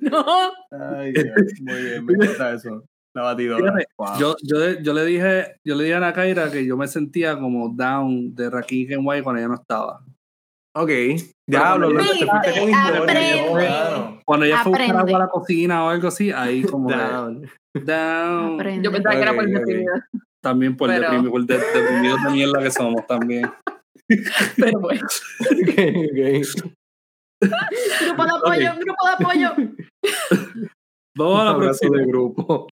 Speaker 1: No.
Speaker 4: Ay, Dios, muy bien, me encanta eso. La batidora.
Speaker 3: Fíjate,
Speaker 4: Wow.
Speaker 3: Yo, yo, yo le dije, yo le dije a Nakaira que yo me sentía como down de Rakim Kenway cuando ella no estaba.
Speaker 4: ok. Diablo,
Speaker 3: Pero
Speaker 4: loco, te fuiste con historia,
Speaker 2: aprende.
Speaker 4: claro.
Speaker 3: Cuando ella fue a buscar
Speaker 2: Aprende.
Speaker 3: agua a la cocina o algo así, ahí como que,
Speaker 4: Down.
Speaker 3: down.
Speaker 2: Aprende.
Speaker 1: Yo pensaba que era
Speaker 4: Ok,
Speaker 1: por
Speaker 4: ok.
Speaker 1: definidad,
Speaker 3: También por
Speaker 1: Pero-
Speaker 3: deprimi- por de- deprimidos de mierda que somos también.
Speaker 1: pero bueno.
Speaker 4: Ok, ok.
Speaker 2: Grupo de apoyo, grupo de apoyo.
Speaker 3: Vamos a la próxima.
Speaker 4: de grupo.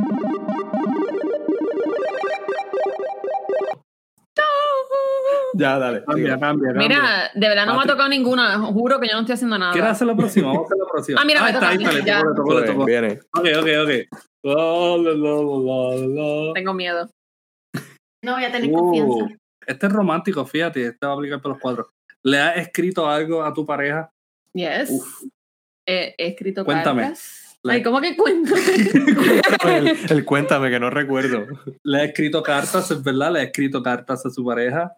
Speaker 2: Oh,
Speaker 4: ya, dale.
Speaker 3: Cambia, cambia, cambia.
Speaker 1: Mira, de verdad no me ha
Speaker 3: Patri-
Speaker 1: tocado ninguna. Juro que yo no estoy haciendo nada.
Speaker 3: ¿Quieres hacer la próxima? Vamos a hacer la próxima.
Speaker 1: Ah, mira, me toca
Speaker 3: está,
Speaker 1: a
Speaker 3: ahí
Speaker 1: mí,
Speaker 3: está, le
Speaker 1: ya.
Speaker 3: tocó, le tocó, le tocó.
Speaker 4: Viene.
Speaker 3: Ok, ok, ok. La, la, la, la, la, la.
Speaker 1: Tengo miedo.
Speaker 2: No voy a tener
Speaker 3: Uh,
Speaker 2: confianza.
Speaker 3: este es romántico, fíjate, este va a aplicar para los cuatro. ¿Le has escrito algo a tu pareja?
Speaker 1: Yes. Eh, he escrito
Speaker 3: Cuéntame.
Speaker 1: cartas.
Speaker 3: La-
Speaker 1: Ay, ¿cómo que cuento?
Speaker 4: El, el cuéntame que no recuerdo.
Speaker 3: ¿Le has escrito cartas? ¿Es verdad? ¿Le has escrito cartas a su pareja?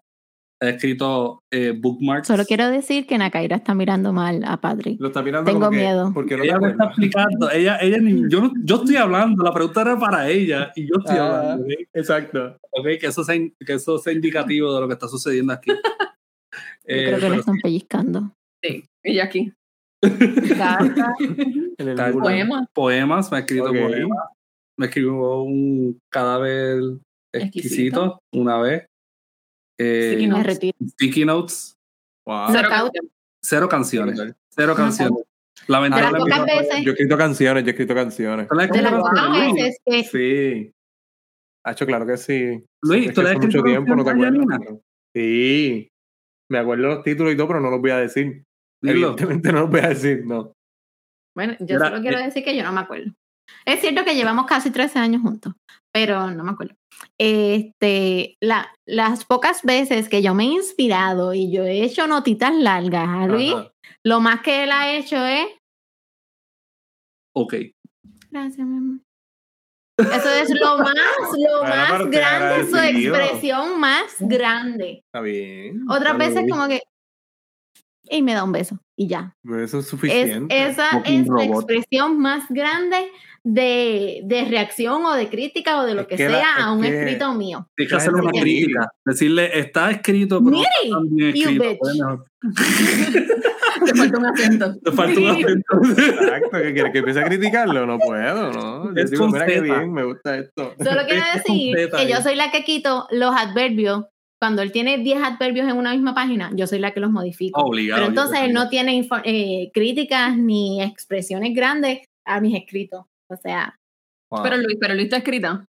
Speaker 3: ¿Le has escrito eh, bookmarks?
Speaker 2: Solo quiero decir que Nakaira está mirando mal a Patrick.
Speaker 4: Lo está mirando
Speaker 2: Tengo
Speaker 4: como que-
Speaker 2: miedo.
Speaker 4: porque no te
Speaker 3: Ella me está
Speaker 4: acuerdas.
Speaker 3: explicando. Ella, ella ni- yo, no- yo estoy hablando, la pregunta era para ella y yo estoy
Speaker 4: Ah.
Speaker 3: hablando. ¿ok?
Speaker 4: Exacto.
Speaker 3: Ok, que eso, sea, in- que eso sea indicativo de lo que está sucediendo aquí.
Speaker 2: Yo
Speaker 3: Eh,
Speaker 2: creo que
Speaker 3: pero
Speaker 2: lo están pellizcando.
Speaker 1: Ella aquí.
Speaker 2: Carta.
Speaker 4: En el
Speaker 3: Tal
Speaker 4: ángulo.
Speaker 1: Poema.
Speaker 3: poemas, me ha escrito
Speaker 4: Ok.
Speaker 3: poemas. Me escribió un cadáver exquisito,
Speaker 1: Exquisito.
Speaker 3: una vez. Eh,
Speaker 1: Sticky
Speaker 2: Me
Speaker 1: notes.
Speaker 2: retiro.
Speaker 3: Sticky notes, Ah.
Speaker 4: Wow.
Speaker 1: Cero
Speaker 2: Knockout.
Speaker 1: canciones.
Speaker 3: cero canciones. Cero canciones.
Speaker 2: De las pocas
Speaker 3: Lamentablemente.
Speaker 4: Yo he
Speaker 2: veces,
Speaker 4: escrito canciones, yo he escrito canciones.
Speaker 3: ¿Tú le has
Speaker 2: de las
Speaker 3: escrito
Speaker 2: pocas
Speaker 3: canciones, Luis?
Speaker 2: veces que
Speaker 4: Sí. Hacho, claro que sí.
Speaker 3: Luis,
Speaker 4: Es
Speaker 3: tú
Speaker 4: que
Speaker 3: le has
Speaker 4: hace mucho
Speaker 3: escrito
Speaker 4: tiempo, no te
Speaker 3: canciones a Yanina?
Speaker 4: acuerdas. pero- Sí. Me acuerdo los títulos y todo, pero no los voy a decir.
Speaker 3: Dilo.
Speaker 4: Evidentemente no los voy a decir, no.
Speaker 2: Bueno, yo
Speaker 3: Era-
Speaker 2: solo quiero
Speaker 3: eh.
Speaker 2: decir que yo no me acuerdo. Es cierto que llevamos casi 13 años juntos, pero no me acuerdo. Este, la, las pocas veces que yo me he inspirado y yo he hecho notitas largas a Luis,
Speaker 4: Ajá.
Speaker 2: lo más que él ha hecho es.
Speaker 3: Ok.
Speaker 2: Gracias, mi amor. Eso es lo más, lo
Speaker 4: Bueno,
Speaker 2: más
Speaker 4: pero te
Speaker 2: grande, su
Speaker 4: agradecido.
Speaker 2: expresión más grande.
Speaker 4: Está bien.
Speaker 2: Otras
Speaker 4: Ya lo
Speaker 2: veces,
Speaker 4: vi.
Speaker 2: como que. Y me da un beso y ya.
Speaker 4: Pero eso es
Speaker 2: es,
Speaker 4: suficiente.
Speaker 2: esa
Speaker 3: Como un
Speaker 2: es la
Speaker 3: robot.
Speaker 2: expresión más grande de, de reacción o de crítica o de lo
Speaker 4: Es
Speaker 2: que,
Speaker 4: que la-
Speaker 2: sea
Speaker 4: es
Speaker 2: a un
Speaker 4: que-
Speaker 2: escrito mío.
Speaker 3: Tienes que
Speaker 4: La
Speaker 3: hacerle
Speaker 4: gente
Speaker 3: una
Speaker 4: se
Speaker 3: crítica. Decirle, está escrito, pero no
Speaker 2: Mire,
Speaker 3: está tan bien
Speaker 2: you
Speaker 3: escrito.
Speaker 2: bitch.
Speaker 3: Puede mejor.
Speaker 1: Te falta un acento.
Speaker 3: Te falta un acento.
Speaker 4: Exacto, que quieres que empiece a criticarlo, no puedo, ¿no? Yo
Speaker 3: Es
Speaker 4: digo,
Speaker 3: con
Speaker 4: mira qué
Speaker 3: Z.
Speaker 4: bien, me gusta esto.
Speaker 2: Solo quiero
Speaker 3: Es
Speaker 2: decir
Speaker 3: completa
Speaker 2: que yo
Speaker 3: ahí.
Speaker 2: soy la que quito los adverbios cuando él tiene 10 adverbios en una misma página, yo soy la que los modifico.
Speaker 3: Obligado.
Speaker 2: Pero entonces
Speaker 3: Oh, yo
Speaker 2: él no
Speaker 3: creo.
Speaker 2: tiene info- eh, críticas ni expresiones grandes a mis escritos. O sea,
Speaker 3: Wow.
Speaker 1: Pero Luis, pero Luis está escrita.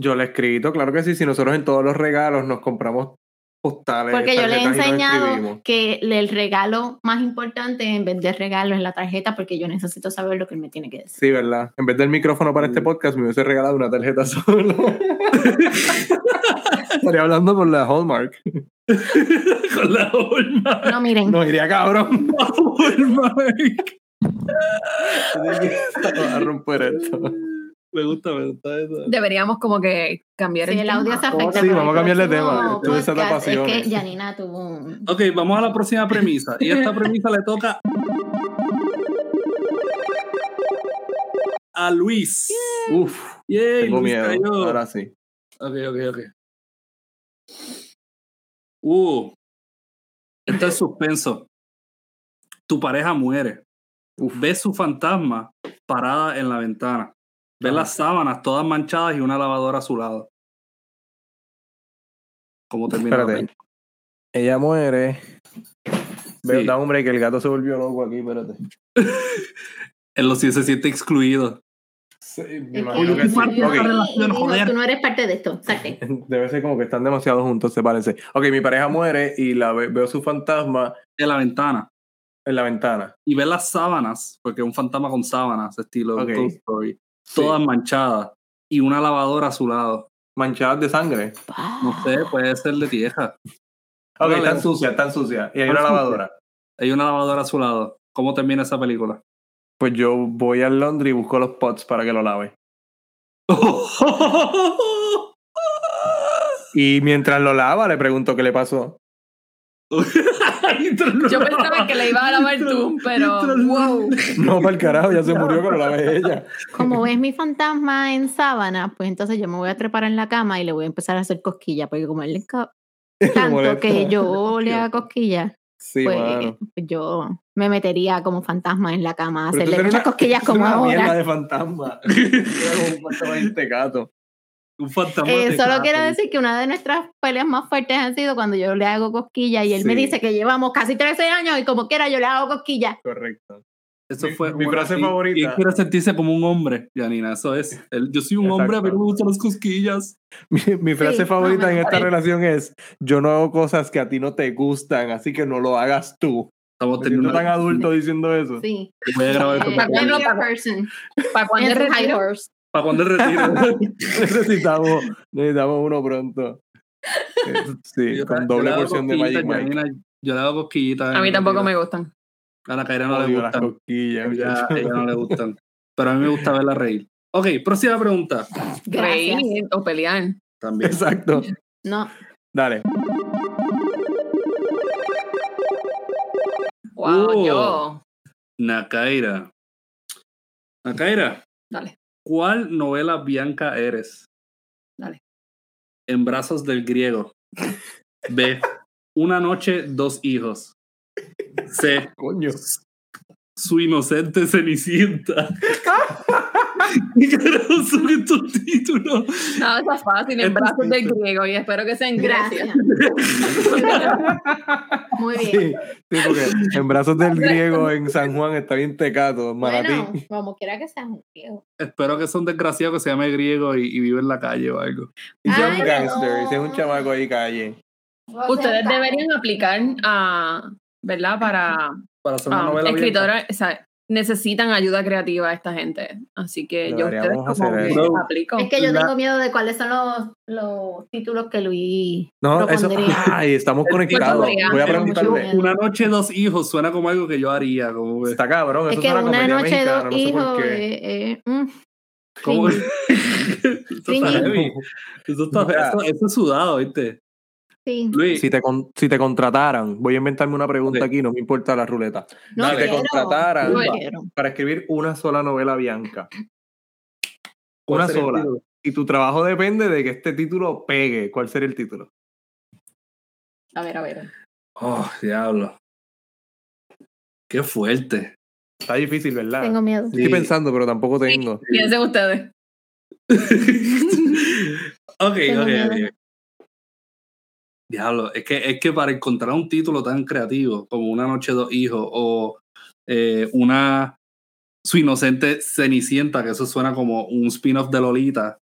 Speaker 4: Yo le he escrito, claro que sí. Si nosotros en todos los regalos nos compramos postales.
Speaker 3: Pues,
Speaker 2: porque yo le he
Speaker 4: tarjetas y nos
Speaker 2: enseñado
Speaker 4: escribimos.
Speaker 2: que le- el regalo más importante en vez de regalo es la tarjeta, porque yo necesito saber lo que él me tiene que decir.
Speaker 4: Sí, ¿verdad? En vez del micrófono para este podcast, me hubiese regalado una tarjeta solo. Estaría hablando por la Hallmark.
Speaker 3: Con la horma.
Speaker 2: No, miren,
Speaker 4: No, iría cabrón.
Speaker 3: La horma.
Speaker 4: a romper esto.
Speaker 3: Me gusta, me gusta eso.
Speaker 1: Deberíamos como que cambiar
Speaker 2: si el
Speaker 1: tema.
Speaker 2: audio se
Speaker 4: Oh,
Speaker 2: afecta.
Speaker 4: sí,
Speaker 2: por
Speaker 4: vamos a
Speaker 2: el
Speaker 4: cambiarle de
Speaker 2: próximo
Speaker 4: tema, esto me desata
Speaker 2: podcast, Es
Speaker 4: pasiones.
Speaker 2: que Janina tuvo un...
Speaker 3: Ok, vamos a la próxima premisa. Y esta premisa le toca a Luis.
Speaker 4: Uf,
Speaker 3: Yay,
Speaker 4: tengo
Speaker 3: Luis
Speaker 4: miedo.
Speaker 3: cayó.
Speaker 4: Ahora sí.
Speaker 3: Ok, ok, ok. Uh. Esto es suspenso. Tu pareja muere. Ves su fantasma parada en la ventana. Ves
Speaker 4: Ah.
Speaker 3: las sábanas todas manchadas y una lavadora a su lado. ¿Cómo termina? la
Speaker 4: Espérate.
Speaker 3: película?
Speaker 4: Ella muere. Ve-
Speaker 3: Sí.
Speaker 4: Da hombre que el gato se volvió loco aquí, espérate.
Speaker 3: Él lo sí se siente excluido.
Speaker 4: Sí,
Speaker 2: Es
Speaker 4: me
Speaker 2: que-
Speaker 4: imagino que sí.
Speaker 3: Marta,
Speaker 4: Ok.
Speaker 3: la
Speaker 2: y
Speaker 3: relación,
Speaker 2: dijo,
Speaker 3: joder.
Speaker 2: Tú no eres parte de esto, salte.
Speaker 4: Debe ser como que están demasiado juntos, se parece. Ok, mi pareja muere y la ve- veo su fantasma
Speaker 3: En la ventana.
Speaker 4: en la ventana.
Speaker 3: Y ves las sábanas, porque es un fantasma con sábanas, estilo
Speaker 4: Ok.
Speaker 3: Ghost Story.
Speaker 4: Sí.
Speaker 3: Todas manchadas. Y una lavadora a su lado.
Speaker 4: Manchadas de sangre.
Speaker 3: No
Speaker 2: Ah,
Speaker 3: sé, puede ser de tierra.
Speaker 4: Ok,
Speaker 3: Órale.
Speaker 4: están sucias, están sucias. Y hay
Speaker 3: Están
Speaker 4: una
Speaker 3: sucias.
Speaker 4: lavadora.
Speaker 3: Hay una lavadora a su lado. ¿Cómo termina esa película?
Speaker 4: Pues yo voy al laundry y busco los pots para que lo lave. Y mientras lo lava, le pregunto qué le pasó.
Speaker 1: Yo pensaba que le iba a lavar tú, pero wow.
Speaker 4: No, para el carajo, ya se murió que lo lave ella.
Speaker 2: Como ves mi fantasma en sábana, pues entonces yo me voy a trepar en la cama y le voy a empezar a hacer cosquillas, porque como él le ca- tanto
Speaker 4: molesta.
Speaker 2: que yo le haga cosquillas,
Speaker 4: Sí,
Speaker 2: pues
Speaker 4: mano.
Speaker 2: yo me metería como fantasma en la cama a
Speaker 4: Pero tú
Speaker 2: hacerle
Speaker 4: eres
Speaker 2: muchas
Speaker 4: una-
Speaker 2: cosquillas
Speaker 4: tú eres
Speaker 2: como
Speaker 4: una mierda
Speaker 2: ahora.
Speaker 4: de fantasma. Tú eres como un fantasma de este gato.
Speaker 3: Un fantasma.
Speaker 2: Eh,
Speaker 3: te
Speaker 2: solo
Speaker 3: cae.
Speaker 2: quiero decir que una de nuestras peleas más fuertes ha sido cuando yo le hago cosquillas y él me
Speaker 4: Sí.
Speaker 2: dice que llevamos casi 13 años y como quiera yo le hago cosquillas.
Speaker 4: Correcto.
Speaker 3: Eso
Speaker 4: mi-
Speaker 3: fue
Speaker 4: mi
Speaker 3: bueno,
Speaker 4: frase
Speaker 3: y-
Speaker 4: favorita.
Speaker 3: Y él quiere sentirse como un hombre, Janina. Eso es. Él- yo soy un
Speaker 4: Exacto.
Speaker 3: hombre, pero me gustan las cosquillas.
Speaker 4: Mi, mi frase
Speaker 2: Sí,
Speaker 4: favorita
Speaker 2: más o
Speaker 4: en
Speaker 2: menos.
Speaker 4: esta relación es: Yo no hago cosas que a ti no te gustan, así que no lo hagas tú.
Speaker 3: Estamos
Speaker 4: Me siento
Speaker 3: teniendo.
Speaker 4: tan adulto diciendo eso.
Speaker 2: Sí.
Speaker 3: Voy a grabar esto
Speaker 2: Eh,
Speaker 3: para
Speaker 1: Paco,
Speaker 3: cuando-
Speaker 1: no,
Speaker 2: be a person
Speaker 1: ¿Para cuándo
Speaker 2: en
Speaker 1: el
Speaker 2: su high
Speaker 1: retiro?
Speaker 2: horse.
Speaker 3: para cuando el retiro.
Speaker 4: necesitamos, necesitamos uno pronto. Eh, Sí,
Speaker 3: Yo-
Speaker 4: con
Speaker 3: yo
Speaker 4: doble
Speaker 3: le hago
Speaker 4: porción de
Speaker 3: cosquillitas,
Speaker 4: Magic Mike.
Speaker 3: Janina, Yo le hago cosquillitas.
Speaker 1: A mí tampoco me gustan.
Speaker 3: A la Kaira no le
Speaker 4: Odio las
Speaker 3: gustan.
Speaker 4: cosquillas.
Speaker 3: Ella,
Speaker 4: muchacho.
Speaker 3: ella no le gustan. Pero a mí me gusta verla reír. Ok, próxima pregunta.
Speaker 2: Gracias.
Speaker 1: Reír o pelear.
Speaker 3: También.
Speaker 4: Exacto.
Speaker 2: No,
Speaker 4: Dale.
Speaker 1: Wow,
Speaker 3: Uh.
Speaker 1: yo.
Speaker 3: Nakaira. Nakaira.
Speaker 1: Dale.
Speaker 3: ¿Cuál novela bianca eres?
Speaker 1: Dale.
Speaker 3: En brazos del griego. B. Una noche, dos hijos. C.
Speaker 4: Coño.
Speaker 3: Su inocente cenicienta. ¿Qué carajo son estos títulos?
Speaker 1: Nada, está fácil. En
Speaker 3: Esto
Speaker 1: brazos
Speaker 3: sí,
Speaker 1: del
Speaker 3: esto.
Speaker 1: griego y espero que sean gracias.
Speaker 2: gracias. Muy bien.
Speaker 4: Sí, sí, porque en brazos del griego en San Juan está bien tecato, Manatí.
Speaker 2: Bueno, como quiera que seas un griego.
Speaker 3: Espero que son desgraciados que se llame griego y, y vive en la calle o algo.
Speaker 4: Young
Speaker 2: Ay,
Speaker 4: Gangster,
Speaker 2: no.
Speaker 4: ese es un chamaco ahí calle.
Speaker 1: Ustedes deberían aplicar a, ¿verdad? Para
Speaker 3: Para hacer una
Speaker 1: um,
Speaker 3: novela bianca.
Speaker 1: escritoras, o sea, necesitan ayuda creativa esta gente. Así que yo ustedes
Speaker 4: Deberíamos
Speaker 1: como
Speaker 4: hacer
Speaker 1: que
Speaker 3: eso.
Speaker 1: aplico.
Speaker 2: Es que yo
Speaker 4: La-
Speaker 2: tengo miedo de cuáles son los, los títulos que Luis.
Speaker 4: No,
Speaker 2: Lo
Speaker 4: eso.
Speaker 2: pondría.
Speaker 4: Ay, estamos conectados.
Speaker 1: pondría.
Speaker 4: Voy a
Speaker 2: Tengo
Speaker 4: preguntarle.
Speaker 2: mucho
Speaker 3: Una noche, dos hijos suena como algo que yo haría. Como que-
Speaker 4: Pues, Está cabrón, eso
Speaker 2: es que
Speaker 4: suena a
Speaker 2: una
Speaker 4: comedia
Speaker 2: noche,
Speaker 4: mexicana,
Speaker 2: dos
Speaker 4: no sé por
Speaker 2: hijos.
Speaker 4: qué.
Speaker 2: eh, eh, mm,
Speaker 3: como-
Speaker 2: cringy.
Speaker 3: Eso está
Speaker 2: Cringy.
Speaker 3: heavy. Eso, está-
Speaker 4: Mira.
Speaker 3: eso- eso es sudado, ¿viste?
Speaker 2: Sí.
Speaker 3: Luis,
Speaker 4: Si te, con- si te contrataran, voy a inventarme una pregunta
Speaker 3: Ok.
Speaker 4: aquí, no me importa la ruleta.
Speaker 2: No
Speaker 3: Dale.
Speaker 4: Si te
Speaker 2: quiero,
Speaker 4: contrataran
Speaker 2: no
Speaker 1: Luis.
Speaker 2: quiero.
Speaker 4: para escribir una sola novela bianca
Speaker 3: ¿cuál
Speaker 4: una
Speaker 3: sería el
Speaker 4: sola.
Speaker 3: título?
Speaker 4: y tu trabajo depende de que este título pegue, ¿cuál sería el título?
Speaker 1: A ver, a ver.
Speaker 3: Oh, diablo. Qué fuerte.
Speaker 4: Está difícil, ¿verdad?
Speaker 2: Tengo miedo.
Speaker 3: Sí.
Speaker 4: Estoy pensando, pero tampoco tengo.
Speaker 1: Piensen ustedes.
Speaker 3: ok, ok,
Speaker 2: miedo.
Speaker 3: ok. Diablo, es que, es que para encontrar un título tan creativo como Una Noche Dos Hijos o eh, una Su Inocente Cenicienta, que eso suena como un spin-off de Lolita.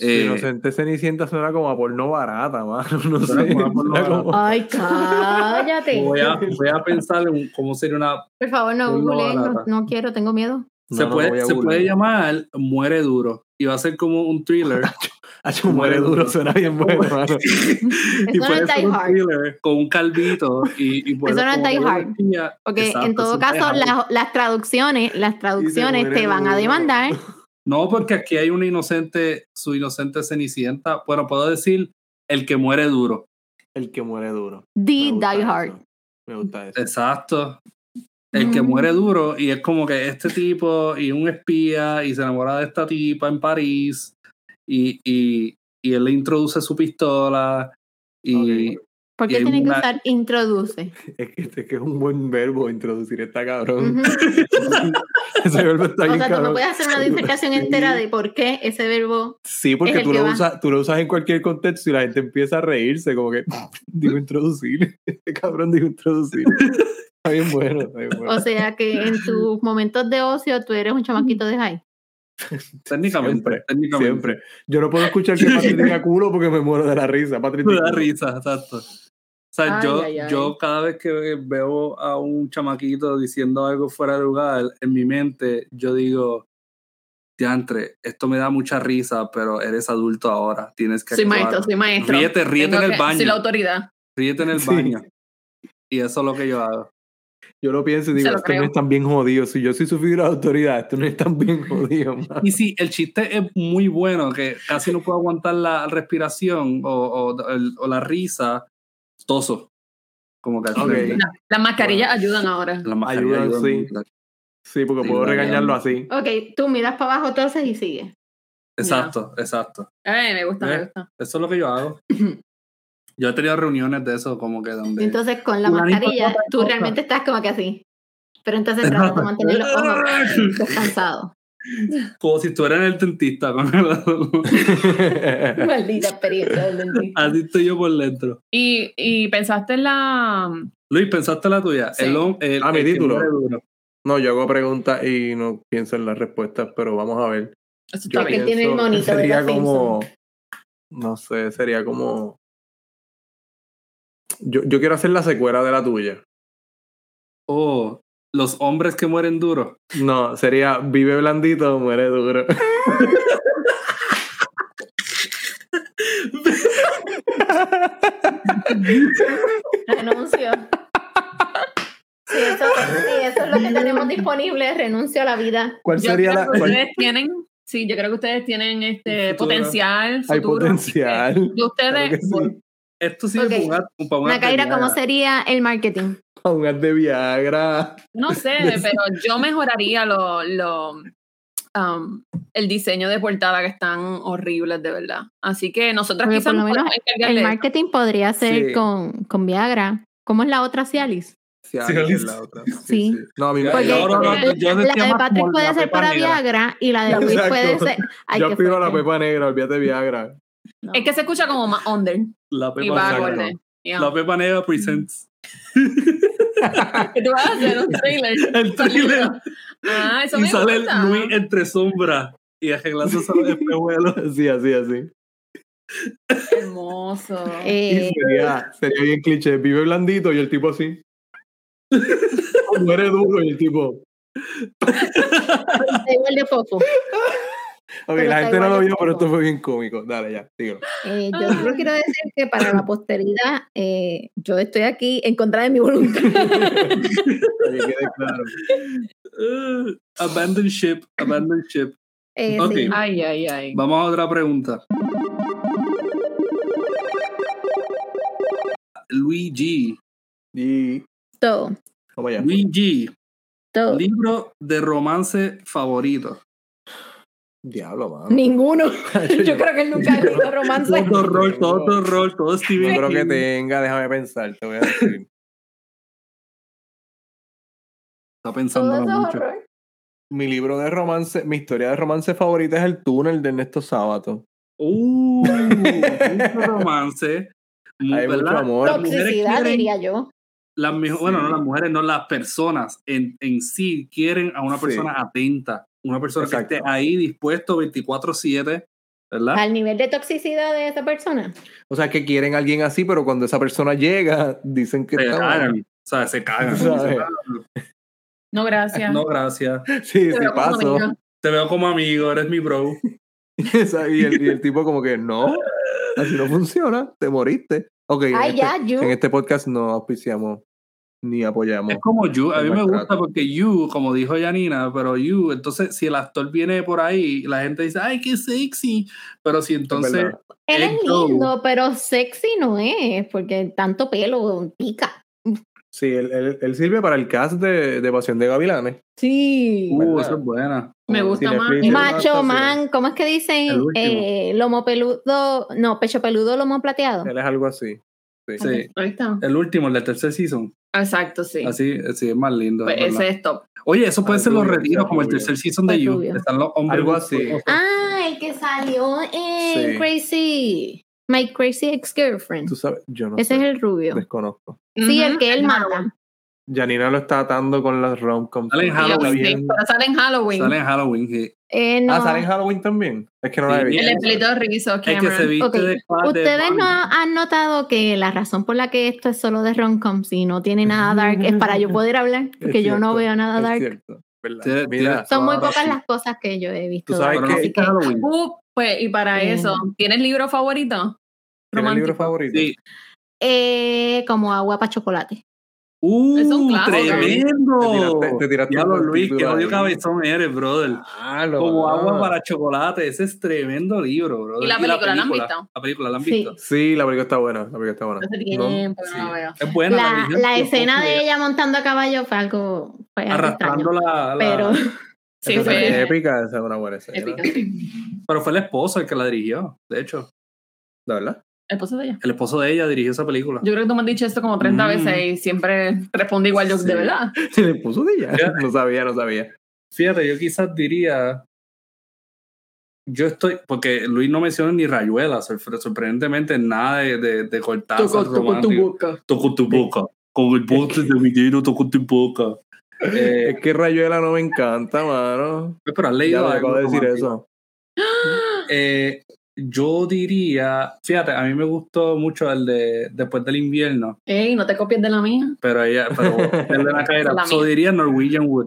Speaker 3: eh,
Speaker 4: Inocente Cenicienta suena como a porno barata, mano. No
Speaker 3: Suena
Speaker 4: sé.
Speaker 3: como a porno
Speaker 4: suena como-
Speaker 2: Ay, cállate.
Speaker 3: voy, a, voy a pensar en cómo sería una.
Speaker 2: Por favor, no
Speaker 3: Muy
Speaker 2: googleen, no,
Speaker 3: barata.
Speaker 2: no quiero, tengo miedo.
Speaker 4: No,
Speaker 3: se
Speaker 4: no,
Speaker 3: puede,
Speaker 4: voy a
Speaker 3: se
Speaker 4: googlear.
Speaker 3: puede llamar Muere Duro y va a ser como un thriller.
Speaker 4: Hacho, muere duro, suena bien bueno, mano.
Speaker 3: y
Speaker 2: Eso no es
Speaker 3: puede ser
Speaker 2: Die
Speaker 3: un
Speaker 2: Hard.
Speaker 3: thriller con un calvito. Y, y puede-
Speaker 2: Eso no es
Speaker 3: como
Speaker 2: Die
Speaker 3: que
Speaker 2: Hard.
Speaker 3: una niña-
Speaker 2: Porque
Speaker 3: Exacto,
Speaker 2: en todo
Speaker 3: eso es Die
Speaker 2: caso,
Speaker 3: Hard.
Speaker 2: las, las traducciones, las traducciones
Speaker 4: muere
Speaker 2: te van a
Speaker 4: duro.
Speaker 2: demandar.
Speaker 3: No, porque aquí hay una inocente, su inocente Cenicienta. Bueno, puedo decir el que muere duro.
Speaker 4: El que muere duro. Me
Speaker 2: The
Speaker 4: gusta
Speaker 2: Die
Speaker 4: eso.
Speaker 2: Hard.
Speaker 4: Me gusta eso.
Speaker 3: Exacto. El que
Speaker 2: Mm.
Speaker 3: muere duro y es como que este tipo y un espía y se enamora de esta tipa en París y, y, y él le introduce su pistola y
Speaker 2: ¿Por qué
Speaker 3: Y hay
Speaker 2: tienen que
Speaker 3: una-
Speaker 2: usar introduce?
Speaker 4: Es que, es que es un buen verbo introducir esta cabrón.
Speaker 2: Ujú.
Speaker 4: Ese verbo está
Speaker 2: O
Speaker 4: bien
Speaker 2: sea, tú
Speaker 4: cabrón.
Speaker 2: me puedes hacer una disertación entera de por qué ese verbo.
Speaker 4: Sí,
Speaker 2: Es
Speaker 4: porque
Speaker 2: el
Speaker 4: tú
Speaker 2: que
Speaker 4: lo,
Speaker 2: va.
Speaker 4: usas, tú lo usas en cualquier contexto y la gente empieza a reírse, como que digo introducir. Este cabrón digo introducir. Está bien bueno, está bien bueno.
Speaker 2: O sea, que en tus momentos de ocio tú eres un chamaquito de high.
Speaker 3: técnicamente,
Speaker 4: Siempre,
Speaker 3: técnicamente
Speaker 4: Siempre. Yo no puedo escuchar que Patrick diga culo porque me muero de la risa. Patrick
Speaker 3: me
Speaker 4: di
Speaker 3: da
Speaker 4: culo.
Speaker 3: risa, exacto. O sea,
Speaker 1: Ay,
Speaker 3: yo,
Speaker 1: ay, ay.
Speaker 3: yo cada vez que veo a un chamaquito diciendo algo fuera de lugar, en mi mente yo digo, diantre, esto me da mucha risa, pero eres adulto ahora, tienes que
Speaker 1: Soy
Speaker 3: actuar".
Speaker 1: maestro, soy maestro.
Speaker 3: Ríete, ríete
Speaker 1: Tengo
Speaker 3: en el
Speaker 1: que-
Speaker 3: baño.
Speaker 1: Soy la autoridad.
Speaker 3: Ríete en el
Speaker 4: Sí.
Speaker 3: baño. Y eso es lo que yo hago.
Speaker 4: Yo lo pienso y
Speaker 1: Se
Speaker 4: digo,
Speaker 1: lo
Speaker 4: esto no
Speaker 1: creo.
Speaker 4: es tan bien jodido. Si yo soy su figura de autoridad, esto no es tan bien jodido. man.
Speaker 3: Y sí, el chiste es muy bueno, que casi no puedo aguantar la respiración o, o- el- o la risa, toso. Como que al
Speaker 4: Ok.
Speaker 3: frente.
Speaker 1: No, las mascarillas ayudan ahora.
Speaker 3: La mascarilla
Speaker 4: Ayudan,
Speaker 3: ayuda
Speaker 4: sí.
Speaker 3: mucho.
Speaker 4: Sí, porque
Speaker 3: Sí,
Speaker 4: puedo
Speaker 3: vale,
Speaker 4: regañarlo
Speaker 3: vale.
Speaker 4: así.
Speaker 2: Ok, tú miras para abajo entonces y sigue.
Speaker 3: Exacto, exacto.
Speaker 1: Ay, Eh, me gusta, me
Speaker 3: ¿Ves?
Speaker 1: gusta.
Speaker 3: Eso es lo que yo hago. Yo he tenido reuniones de eso, como que donde.
Speaker 2: Entonces, con la
Speaker 3: Una
Speaker 2: mascarilla,
Speaker 3: misma
Speaker 2: tú
Speaker 3: cosa.
Speaker 2: realmente estás como que así. Pero entonces trata de mantener los ojos descansados.
Speaker 3: como si estuviera en el dentista. con el-
Speaker 2: Maldita experiencia del dentista.
Speaker 3: Así estoy yo por dentro.
Speaker 1: Y, y pensaste en la.
Speaker 3: Luis, ¿pensaste la tuya?
Speaker 1: Sí.
Speaker 3: El, hom- el-
Speaker 4: Ah, mi
Speaker 3: el que
Speaker 4: título.
Speaker 3: muere duro.
Speaker 4: no, yo hago preguntas y no pienso en las respuestas, pero vamos a ver.
Speaker 1: Eso
Speaker 4: Yo
Speaker 1: está bien.
Speaker 2: que tiene el
Speaker 4: pienso que
Speaker 2: monito de
Speaker 4: Sería
Speaker 2: los
Speaker 4: como. No sé, sería como. Yo, yo quiero hacer la secuela de la tuya.
Speaker 3: Oh, los hombres que mueren duro.
Speaker 4: No, sería vive blandito, muere duro.
Speaker 2: Renuncio. Si eso, si eso es lo que tenemos disponible, renuncio a la vida.
Speaker 4: ¿Cuál
Speaker 1: Yo
Speaker 4: sería
Speaker 1: creo
Speaker 4: la.?
Speaker 1: que
Speaker 4: cuál-
Speaker 1: ustedes tienen. Sí, yo creo que ustedes tienen este
Speaker 3: Un futuro.
Speaker 1: potencial.
Speaker 4: Hay
Speaker 1: futuro.
Speaker 4: potencial.
Speaker 1: De
Speaker 4: Claro
Speaker 1: ustedes.
Speaker 4: que sí.
Speaker 3: Esto sí es
Speaker 2: Ok.
Speaker 3: para una- para una
Speaker 2: Nacaira,
Speaker 3: pelea.
Speaker 2: ¿cómo sería el marketing?
Speaker 4: Aún haz de Viagra.
Speaker 1: No sé, pero yo mejoraría lo, lo, um, el diseño de portada que están horribles, de verdad. Así que nosotras
Speaker 2: Oye,
Speaker 1: quizás
Speaker 2: por lo
Speaker 1: nos
Speaker 2: menos
Speaker 1: podemos encargar de
Speaker 2: El
Speaker 1: eso.
Speaker 2: marketing podría ser
Speaker 4: Sí.
Speaker 2: con, con Viagra. ¿Cómo es la otra Cialis?
Speaker 4: Sí,
Speaker 3: Sí,
Speaker 4: ahí
Speaker 3: sí.
Speaker 4: es la otra.
Speaker 2: Sí.
Speaker 4: No, a mí me
Speaker 2: Porque
Speaker 3: No, no, no,
Speaker 2: la,
Speaker 3: yo decía
Speaker 2: la de
Speaker 3: más
Speaker 2: Patrick
Speaker 3: como
Speaker 2: puede
Speaker 3: la
Speaker 2: ser
Speaker 3: pepa
Speaker 2: para
Speaker 3: negra.
Speaker 2: Viagra y la de Luis
Speaker 4: Exacto.
Speaker 2: puede ser. Ay,
Speaker 4: Yo
Speaker 2: qué
Speaker 4: aspiro a la
Speaker 2: fuerte.
Speaker 4: pepa negra, olvídate de Viagra.
Speaker 2: No.
Speaker 1: Es que se escucha como más under
Speaker 3: La
Speaker 1: y
Speaker 3: Pepa
Speaker 1: va
Speaker 4: Exacto.
Speaker 1: acorde.
Speaker 3: Negra.
Speaker 1: Yeah.
Speaker 3: La Pepa Negra presents.
Speaker 1: ¿Qué tú vas a hacer? Un trailer.
Speaker 3: El thriller.
Speaker 1: Ah, eso
Speaker 3: y
Speaker 1: me
Speaker 3: sale el
Speaker 1: gusta.
Speaker 3: Luis entre sombra y arreglándose los espejuelos.
Speaker 4: Sí, así, así.
Speaker 1: Hermoso.
Speaker 2: Eh,
Speaker 4: Y sería, sería bien cliché. Vive blandito y el tipo así. Muere duro y el tipo.
Speaker 2: da igual de poco.
Speaker 4: Ok,
Speaker 2: Pero está
Speaker 4: la gente no
Speaker 2: igual
Speaker 4: lo
Speaker 2: de
Speaker 4: vio, pero esto
Speaker 2: poco.
Speaker 4: fue bien cómico. Dale, ya, digo.
Speaker 2: Eh, yo solo quiero decir que para la posteridad, eh, yo estoy aquí en contra de mi voluntad.
Speaker 4: Para que quede claro.
Speaker 3: Uh, abandon ship, abandon ship.
Speaker 2: Eh,
Speaker 3: Ok.
Speaker 2: sí.
Speaker 1: Ay, ay, ay.
Speaker 3: Vamos a otra pregunta. Luigi.
Speaker 4: Y.
Speaker 2: Todo,
Speaker 4: Vamos allá.
Speaker 3: Luigi,
Speaker 2: todo.
Speaker 3: libro de romance favorito.
Speaker 4: Diablo, mano.
Speaker 2: Ninguno. Yo creo que él nunca ha leído romance.
Speaker 3: Todo horror, todo horror, todo
Speaker 4: No
Speaker 3: Steven
Speaker 4: creo que
Speaker 3: King.
Speaker 4: tenga, déjame pensar, te voy a decir.
Speaker 3: Está
Speaker 2: Todo
Speaker 3: pensándolo
Speaker 2: eso es
Speaker 3: mucho.
Speaker 2: horror.
Speaker 4: Mi libro de romance, mi historia de romance favorita es El túnel de Ernesto Sábato.
Speaker 3: Uh, un romance.
Speaker 4: Hay
Speaker 3: ¿verdad?
Speaker 4: mucho amor.
Speaker 3: Las mujeres
Speaker 2: Toxicidad,
Speaker 3: quieren-
Speaker 2: diría yo.
Speaker 3: Las mejo-
Speaker 4: Sí.
Speaker 3: Bueno, no las mujeres, no las personas en, en sí quieren a una
Speaker 4: Sí.
Speaker 3: persona atenta, una persona
Speaker 4: Exacto.
Speaker 3: que esté ahí dispuesto 24/7,
Speaker 4: ¿Ah?
Speaker 3: ¿verdad?
Speaker 2: Al nivel de toxicidad de esa persona.
Speaker 4: O sea, que quieren a alguien así, pero cuando esa persona llega, dicen que
Speaker 3: se
Speaker 4: está mal.
Speaker 3: cagan, o sea, se cagan.
Speaker 4: ¿Sabes?
Speaker 1: No, gracias.
Speaker 3: No, gracias.
Speaker 4: Sí, sí,
Speaker 1: Pero como
Speaker 4: paso.
Speaker 1: amiga.
Speaker 3: Te veo como amigo, eres mi bro.
Speaker 4: Esa- y, el, y el tipo como que, no, así no funciona, te moriste. Ok, en,
Speaker 2: Ay,
Speaker 4: este,
Speaker 2: ya, you.
Speaker 4: en este podcast no auspiciamos ni apoyamos.
Speaker 3: Es como You, a
Speaker 4: el
Speaker 3: mí me
Speaker 4: maltrato.
Speaker 3: gusta porque You, como dijo Yanina, pero You, entonces si el actor viene por ahí, la gente dice, ay, qué sexy, pero si entonces
Speaker 4: ¿verdad?
Speaker 2: Él es
Speaker 3: el show.
Speaker 2: lindo, pero sexy no es, porque tanto pelo pica.
Speaker 4: Sí, él, él- él sirve para el cast de, de Pasión de Gavilanes.
Speaker 2: Sí.
Speaker 3: Uh,
Speaker 4: ¿verdad?
Speaker 3: eso es buena.
Speaker 1: Me gusta más.
Speaker 4: Cineflix,
Speaker 2: Macho
Speaker 4: él-
Speaker 2: man, ¿cómo es que
Speaker 3: El
Speaker 2: dicen?
Speaker 3: último.
Speaker 2: Eh, lomo peludo, no, pecho peludo, lomo plateado.
Speaker 4: Él es algo así. Sí.
Speaker 3: Sí,
Speaker 1: Ahí está.
Speaker 3: el último, el del tercer season.
Speaker 1: Exacto, sí.
Speaker 3: Así, sí, es más lindo.
Speaker 1: Pues
Speaker 3: es verdad.
Speaker 1: ese es top.
Speaker 3: Oye, eso puede
Speaker 4: Ay,
Speaker 3: ser los
Speaker 4: Ah, rubio,
Speaker 3: retiros
Speaker 4: sea
Speaker 3: como el
Speaker 4: rubio.
Speaker 3: tercer season de
Speaker 2: Ay,
Speaker 3: You.
Speaker 2: rubio.
Speaker 3: Están los hombres.
Speaker 4: Algo así.
Speaker 2: Ah, el que salió en
Speaker 4: Sí.
Speaker 2: Crazy, My Crazy Ex Girlfriend.
Speaker 4: Tú sabes, yo no
Speaker 2: Ese es
Speaker 4: sé,
Speaker 2: el rubio.
Speaker 4: desconozco.
Speaker 2: Sí, el
Speaker 1: Ujú.
Speaker 2: que él
Speaker 1: Es
Speaker 2: mata.
Speaker 4: Janina lo está atando con las romcoms.
Speaker 3: Sale en
Speaker 4: Está
Speaker 1: Halloween.
Speaker 3: Halloween.
Speaker 1: Sí,
Speaker 4: bien.
Speaker 1: pero sale en Halloween.
Speaker 3: Salen en Halloween. sí.
Speaker 2: Eh, no.
Speaker 4: Ah, sale en Halloween también. Es que no la he
Speaker 3: Sí,
Speaker 4: visto.
Speaker 1: El esplito rizo,
Speaker 3: Es que se
Speaker 1: Cameron.
Speaker 3: viste
Speaker 2: Ok.
Speaker 3: de Bad- de
Speaker 2: Ustedes no
Speaker 3: Batman.
Speaker 2: han notado que la razón por la que esto es solo de rom-com si no tiene nada dark es para yo poder hablar, porque yo no
Speaker 4: cierto,
Speaker 2: veo nada
Speaker 4: Es
Speaker 2: dark.
Speaker 4: cierto, ¿verdad?
Speaker 3: Tiene-
Speaker 4: Mira,
Speaker 3: tiene-
Speaker 2: Son muy
Speaker 3: Ahora
Speaker 2: pocas
Speaker 3: sí.
Speaker 2: las cosas que yo he visto.
Speaker 4: Tú sabes
Speaker 3: Pero
Speaker 2: dark,
Speaker 3: no
Speaker 4: que-
Speaker 2: así
Speaker 3: viste
Speaker 2: que-
Speaker 3: Halloween.
Speaker 1: Uh, pues, y para
Speaker 2: Eh.
Speaker 1: eso, ¿tienes libro favorito?
Speaker 4: ¿tiene el libro
Speaker 1: Romántico.
Speaker 4: favorito?
Speaker 3: Sí.
Speaker 2: Eh, como agua para chocolate.
Speaker 3: Uh,
Speaker 1: Es un clavo,
Speaker 4: Te
Speaker 3: tremendo.
Speaker 4: tiraste- te tiraste
Speaker 3: Diablo,
Speaker 4: un
Speaker 3: Luis, qué
Speaker 4: título
Speaker 3: odio
Speaker 4: ahí.
Speaker 3: cabezón eres, brother.
Speaker 4: Ah, lo-
Speaker 3: Como agua
Speaker 4: ah.
Speaker 3: para chocolate. Ese es tremendo libro, brother.
Speaker 1: ¿Y la película, la han
Speaker 3: película,
Speaker 1: visto?
Speaker 3: La película, ¿la han
Speaker 2: Sí.
Speaker 3: visto?
Speaker 4: Sí, la película está buena. La película está buena.
Speaker 1: Hace
Speaker 4: No,
Speaker 1: tiempo que no
Speaker 3: sí.
Speaker 1: lo veo.
Speaker 3: Es buena.
Speaker 2: la,
Speaker 3: vi,
Speaker 2: la
Speaker 3: yo
Speaker 2: escena
Speaker 3: puse
Speaker 2: de ella montando a caballo fue algo, fue algo
Speaker 3: Arrastrando
Speaker 2: extraño.
Speaker 3: la, la-
Speaker 2: Pero
Speaker 1: Sí,
Speaker 4: Esa es
Speaker 1: fue
Speaker 4: épica, esa es una buena escena.
Speaker 1: épica.
Speaker 3: Pero fue el esposo el que la dirigió, de hecho.
Speaker 4: ¿La verdad?
Speaker 1: Esposo de ella.
Speaker 3: El esposo de ella dirigió esa película.
Speaker 1: Yo creo que tú me has dicho esto como 30
Speaker 3: Mm.
Speaker 1: veces y siempre responde igual yo,
Speaker 4: Sí.
Speaker 1: de verdad.
Speaker 4: Se le puso de ella. No sabía, no sabía.
Speaker 3: Fíjate, yo quizás diría. Yo estoy. Porque Luis no menciona ni rayuelas, sorpre- sorprendentemente, nada de, de, de
Speaker 4: Ah,
Speaker 3: Cortázar. romántico. Toco tu boca. Con el bote de mi dedo toco tu boca. Eh,
Speaker 4: Es que Rayuela no me encanta, mano.
Speaker 3: Pues, pero has
Speaker 4: Ya
Speaker 3: leído.
Speaker 4: me
Speaker 3: algo
Speaker 4: acabo de decir
Speaker 3: romántico.
Speaker 4: eso.
Speaker 3: Eh, yo diría. Fíjate, a mí me gustó mucho el de Después del invierno.
Speaker 1: Ey, no te copies de la mía.
Speaker 3: Pero ella. Pero él de la
Speaker 1: La
Speaker 3: caída.
Speaker 1: mía.
Speaker 3: So diría Norwegian Wood.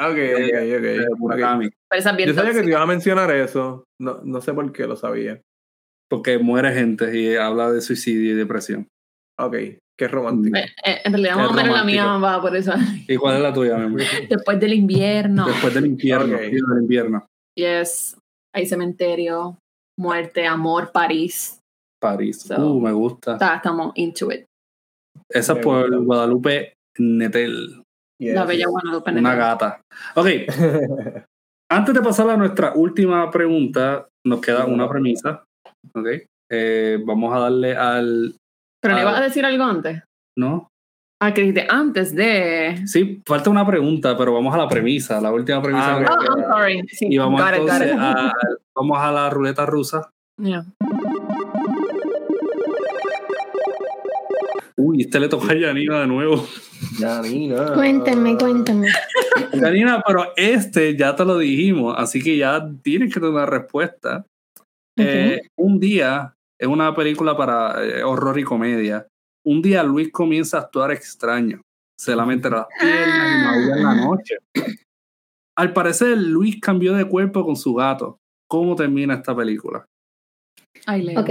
Speaker 3: eh,
Speaker 4: Ok,
Speaker 3: de
Speaker 4: ok, ok. ok.
Speaker 3: Murakami,
Speaker 1: Pero esa es bien
Speaker 4: Yo sabía que te
Speaker 1: tóxica.
Speaker 4: iba a mencionar eso. No, no sé por qué lo sabía.
Speaker 3: Porque muere gente y habla de suicidio y depresión.
Speaker 4: Ok, qué romántico.
Speaker 1: Eh, eh, en realidad,
Speaker 3: Es
Speaker 1: más o menos la mía
Speaker 3: romántico.
Speaker 1: va por eso.
Speaker 3: ¿Y cuál es la tuya, mi amor?
Speaker 1: Después del invierno.
Speaker 3: Después del infierno.
Speaker 4: Ok.
Speaker 3: sí, del infierno.
Speaker 1: Yes. Hay cementerio, muerte, amor, París.
Speaker 3: París.
Speaker 1: So.
Speaker 3: Uh, me gusta.
Speaker 1: Está- estamos into it.
Speaker 3: Esa
Speaker 4: Me
Speaker 3: es por
Speaker 4: gusta.
Speaker 3: Guadalupe Netel.
Speaker 4: Yes.
Speaker 1: La bella Guadalupe
Speaker 3: Una
Speaker 1: Negrón.
Speaker 3: gata. Ok, antes de pasar a nuestra última pregunta, nos queda una premisa. Ok. Eh, vamos a darle al.
Speaker 1: Pero le
Speaker 3: Ah.
Speaker 1: vas a decir algo antes.
Speaker 3: ¿No?
Speaker 1: Ah, que dijiste antes de.
Speaker 3: Sí, falta una pregunta, pero vamos a la premisa, la última premisa.
Speaker 4: Ah,
Speaker 3: que
Speaker 1: Oh,
Speaker 3: nos
Speaker 4: ok.
Speaker 3: queda.
Speaker 1: I'm sorry. Sí,
Speaker 3: Y vamos
Speaker 1: got it, got
Speaker 3: entonces
Speaker 1: it.
Speaker 3: a, vamos a la ruleta rusa.
Speaker 1: Yeah.
Speaker 3: Uy, este le tocó a Yanina de nuevo.
Speaker 4: Yanina.
Speaker 2: cuéntenme, cuéntenme.
Speaker 3: Yanina, pero este ya te lo dijimos, así que ya tienes que tener una respuesta. Eh, un día, es una película para eh, horror y comedia. Un día Luis comienza a actuar extraño. Se lamenta las piernas y maullan en la noche. Al parecer, Luis cambió de cuerpo con su gato. ¿Cómo termina esta película?
Speaker 1: Ay, Leo.
Speaker 2: Ok,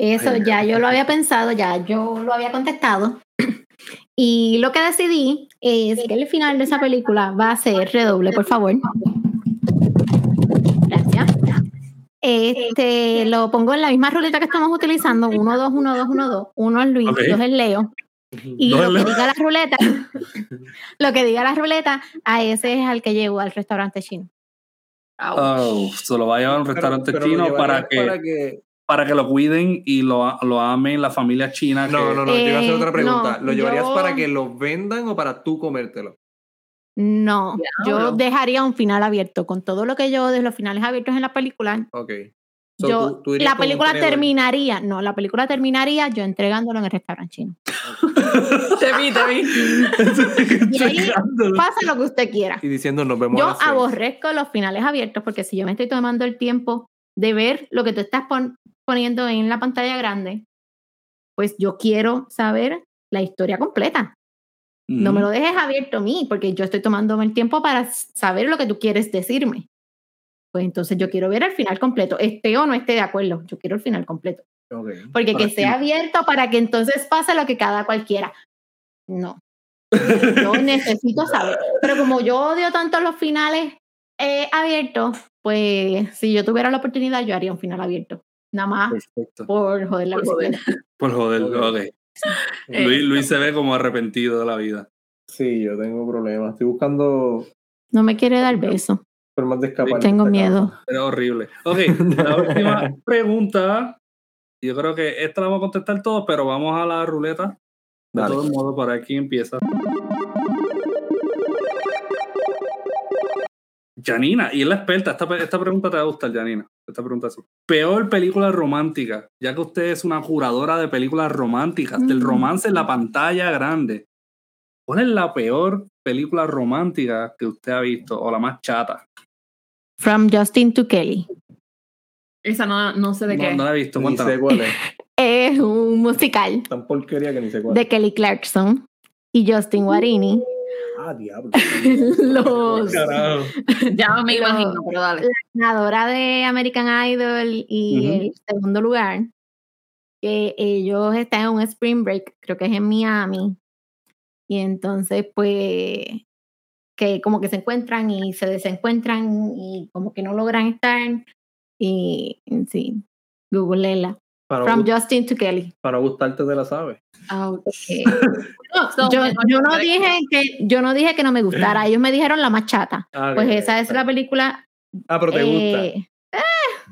Speaker 2: eso
Speaker 3: Ay,
Speaker 2: ya yo lo había pensado, ya yo lo había contestado. Y lo que decidí es que el final de esa película va a ser redoble, por favor. Gracias. Este, lo pongo en la misma ruleta que estamos utilizando, 1, 2, 1, 2, 1, 2. Uno es Luis,
Speaker 3: Ok.
Speaker 2: dos es Leo. Y
Speaker 3: Dos
Speaker 2: lo
Speaker 3: es
Speaker 2: que
Speaker 3: Leo.
Speaker 2: diga la ruleta, lo que diga la ruleta, a ese es al que llevo al restaurante chino.
Speaker 1: Ouch.
Speaker 3: Oh, se lo va a llevar a un restaurante
Speaker 4: Pero- pero
Speaker 3: chino
Speaker 4: lo
Speaker 3: para,
Speaker 4: llevarías
Speaker 3: que,
Speaker 4: para
Speaker 3: para... que lo cuiden y lo, lo amen la familia china.
Speaker 4: No,
Speaker 3: que-
Speaker 4: no, no, yo iba a hacer
Speaker 2: Eh,
Speaker 4: otra pregunta.
Speaker 2: no,
Speaker 4: ¿Lo llevarías
Speaker 2: yo-
Speaker 4: para que lo vendan o para tú comértelo?
Speaker 2: No, yo
Speaker 1: Diablo.
Speaker 2: dejaría un final abierto. Con todo lo que yo de los finales abiertos en la película,
Speaker 4: Ok. So,
Speaker 2: yo,
Speaker 4: tú- tú irías
Speaker 2: la
Speaker 4: con un
Speaker 2: película
Speaker 4: tenedor.
Speaker 2: terminaría, no, la película terminaría yo entregándolo en el restaurante chino.
Speaker 1: Te vi, te vi.
Speaker 2: Y ahí
Speaker 3: Checándolo.
Speaker 2: pasa lo que usted quiera.
Speaker 4: Y diciendo nos vemos. a
Speaker 2: Yo
Speaker 4: las seis".
Speaker 2: aborrezco los finales abiertos porque si yo me estoy tomando el tiempo de ver lo que tú estás pon- poniendo en la pantalla grande, pues yo quiero saber la historia completa. No me lo dejes abierto a mí porque yo estoy tomándome el tiempo para s- saber lo que tú quieres decirme. Pues entonces yo quiero ver el final completo, esté o no esté de acuerdo, yo quiero el final completo.
Speaker 3: Ok.
Speaker 2: Porque
Speaker 3: Para
Speaker 2: que sea abierto para que entonces pase lo que cada cualquiera. No, yo necesito saber. Pero como yo odio tanto los finales eh, abiertos, pues si yo tuviera la oportunidad, yo haría un final abierto. Nada más
Speaker 3: Perfecto.
Speaker 2: por joder la
Speaker 1: Por joder.
Speaker 2: bicicleta.
Speaker 3: Por joder,
Speaker 4: Ok.
Speaker 3: ok.
Speaker 1: Eh,
Speaker 3: Luis, Luis se ve como arrepentido de la vida.
Speaker 4: Sí, yo tengo problemas. Estoy buscando
Speaker 2: No me quiere dar beso.
Speaker 4: formas de escapar. de
Speaker 2: Tengo
Speaker 4: esta casa.
Speaker 2: miedo.
Speaker 3: Era horrible. Ok, la última pregunta. Yo creo que esta la vamos a contestar todos, pero vamos a la ruleta. De
Speaker 4: Dale.
Speaker 3: todos modos, para aquí empieza. Janina, y es la experta. Esta, pe- esta pregunta te va a gustar, Janina. Esta pregunta es: Peor película romántica, ya que usted es una curadora de películas románticas, del
Speaker 2: Mm.
Speaker 3: romance en la pantalla grande. ¿Cuál es la peor película romántica que usted ha visto o la más chata?
Speaker 2: From Justin to Kelly.
Speaker 1: Esa no, no sé de
Speaker 3: No,
Speaker 1: qué.
Speaker 3: no la he visto.
Speaker 4: Ni
Speaker 3: cuéntanos.
Speaker 4: sé cuál es.
Speaker 2: Es un musical
Speaker 4: Tan porquería que ni sé cuál es.
Speaker 2: de Kelly Clarkson y Justin Guarini.
Speaker 4: Ah, diablo.
Speaker 2: Los-
Speaker 3: Carajo.
Speaker 1: Ya me
Speaker 2: Lo-
Speaker 1: imagino, pero dale.
Speaker 2: ganadora de American Idol y
Speaker 4: Ujú.
Speaker 2: el segundo lugar, que ellos están en un spring break, creo que es en Miami. Y entonces, pues, que como que se encuentran y se desencuentran y como que no logran estar. Y, y sí, googleenla.
Speaker 4: Para, no
Speaker 2: From
Speaker 4: gust-
Speaker 2: Justin to Kelly.
Speaker 4: para no gustarte te la sabes.
Speaker 2: Eh,
Speaker 1: So,
Speaker 2: yo,
Speaker 1: mejor
Speaker 2: yo no
Speaker 1: que-
Speaker 2: dije que, yo no dije que no me gustara, ellos me dijeron la más chata.
Speaker 4: Ah,
Speaker 2: Pues
Speaker 4: ok,
Speaker 2: esa es
Speaker 4: ok.
Speaker 2: la película
Speaker 4: Ah, pero te gusta.
Speaker 2: eh, eh,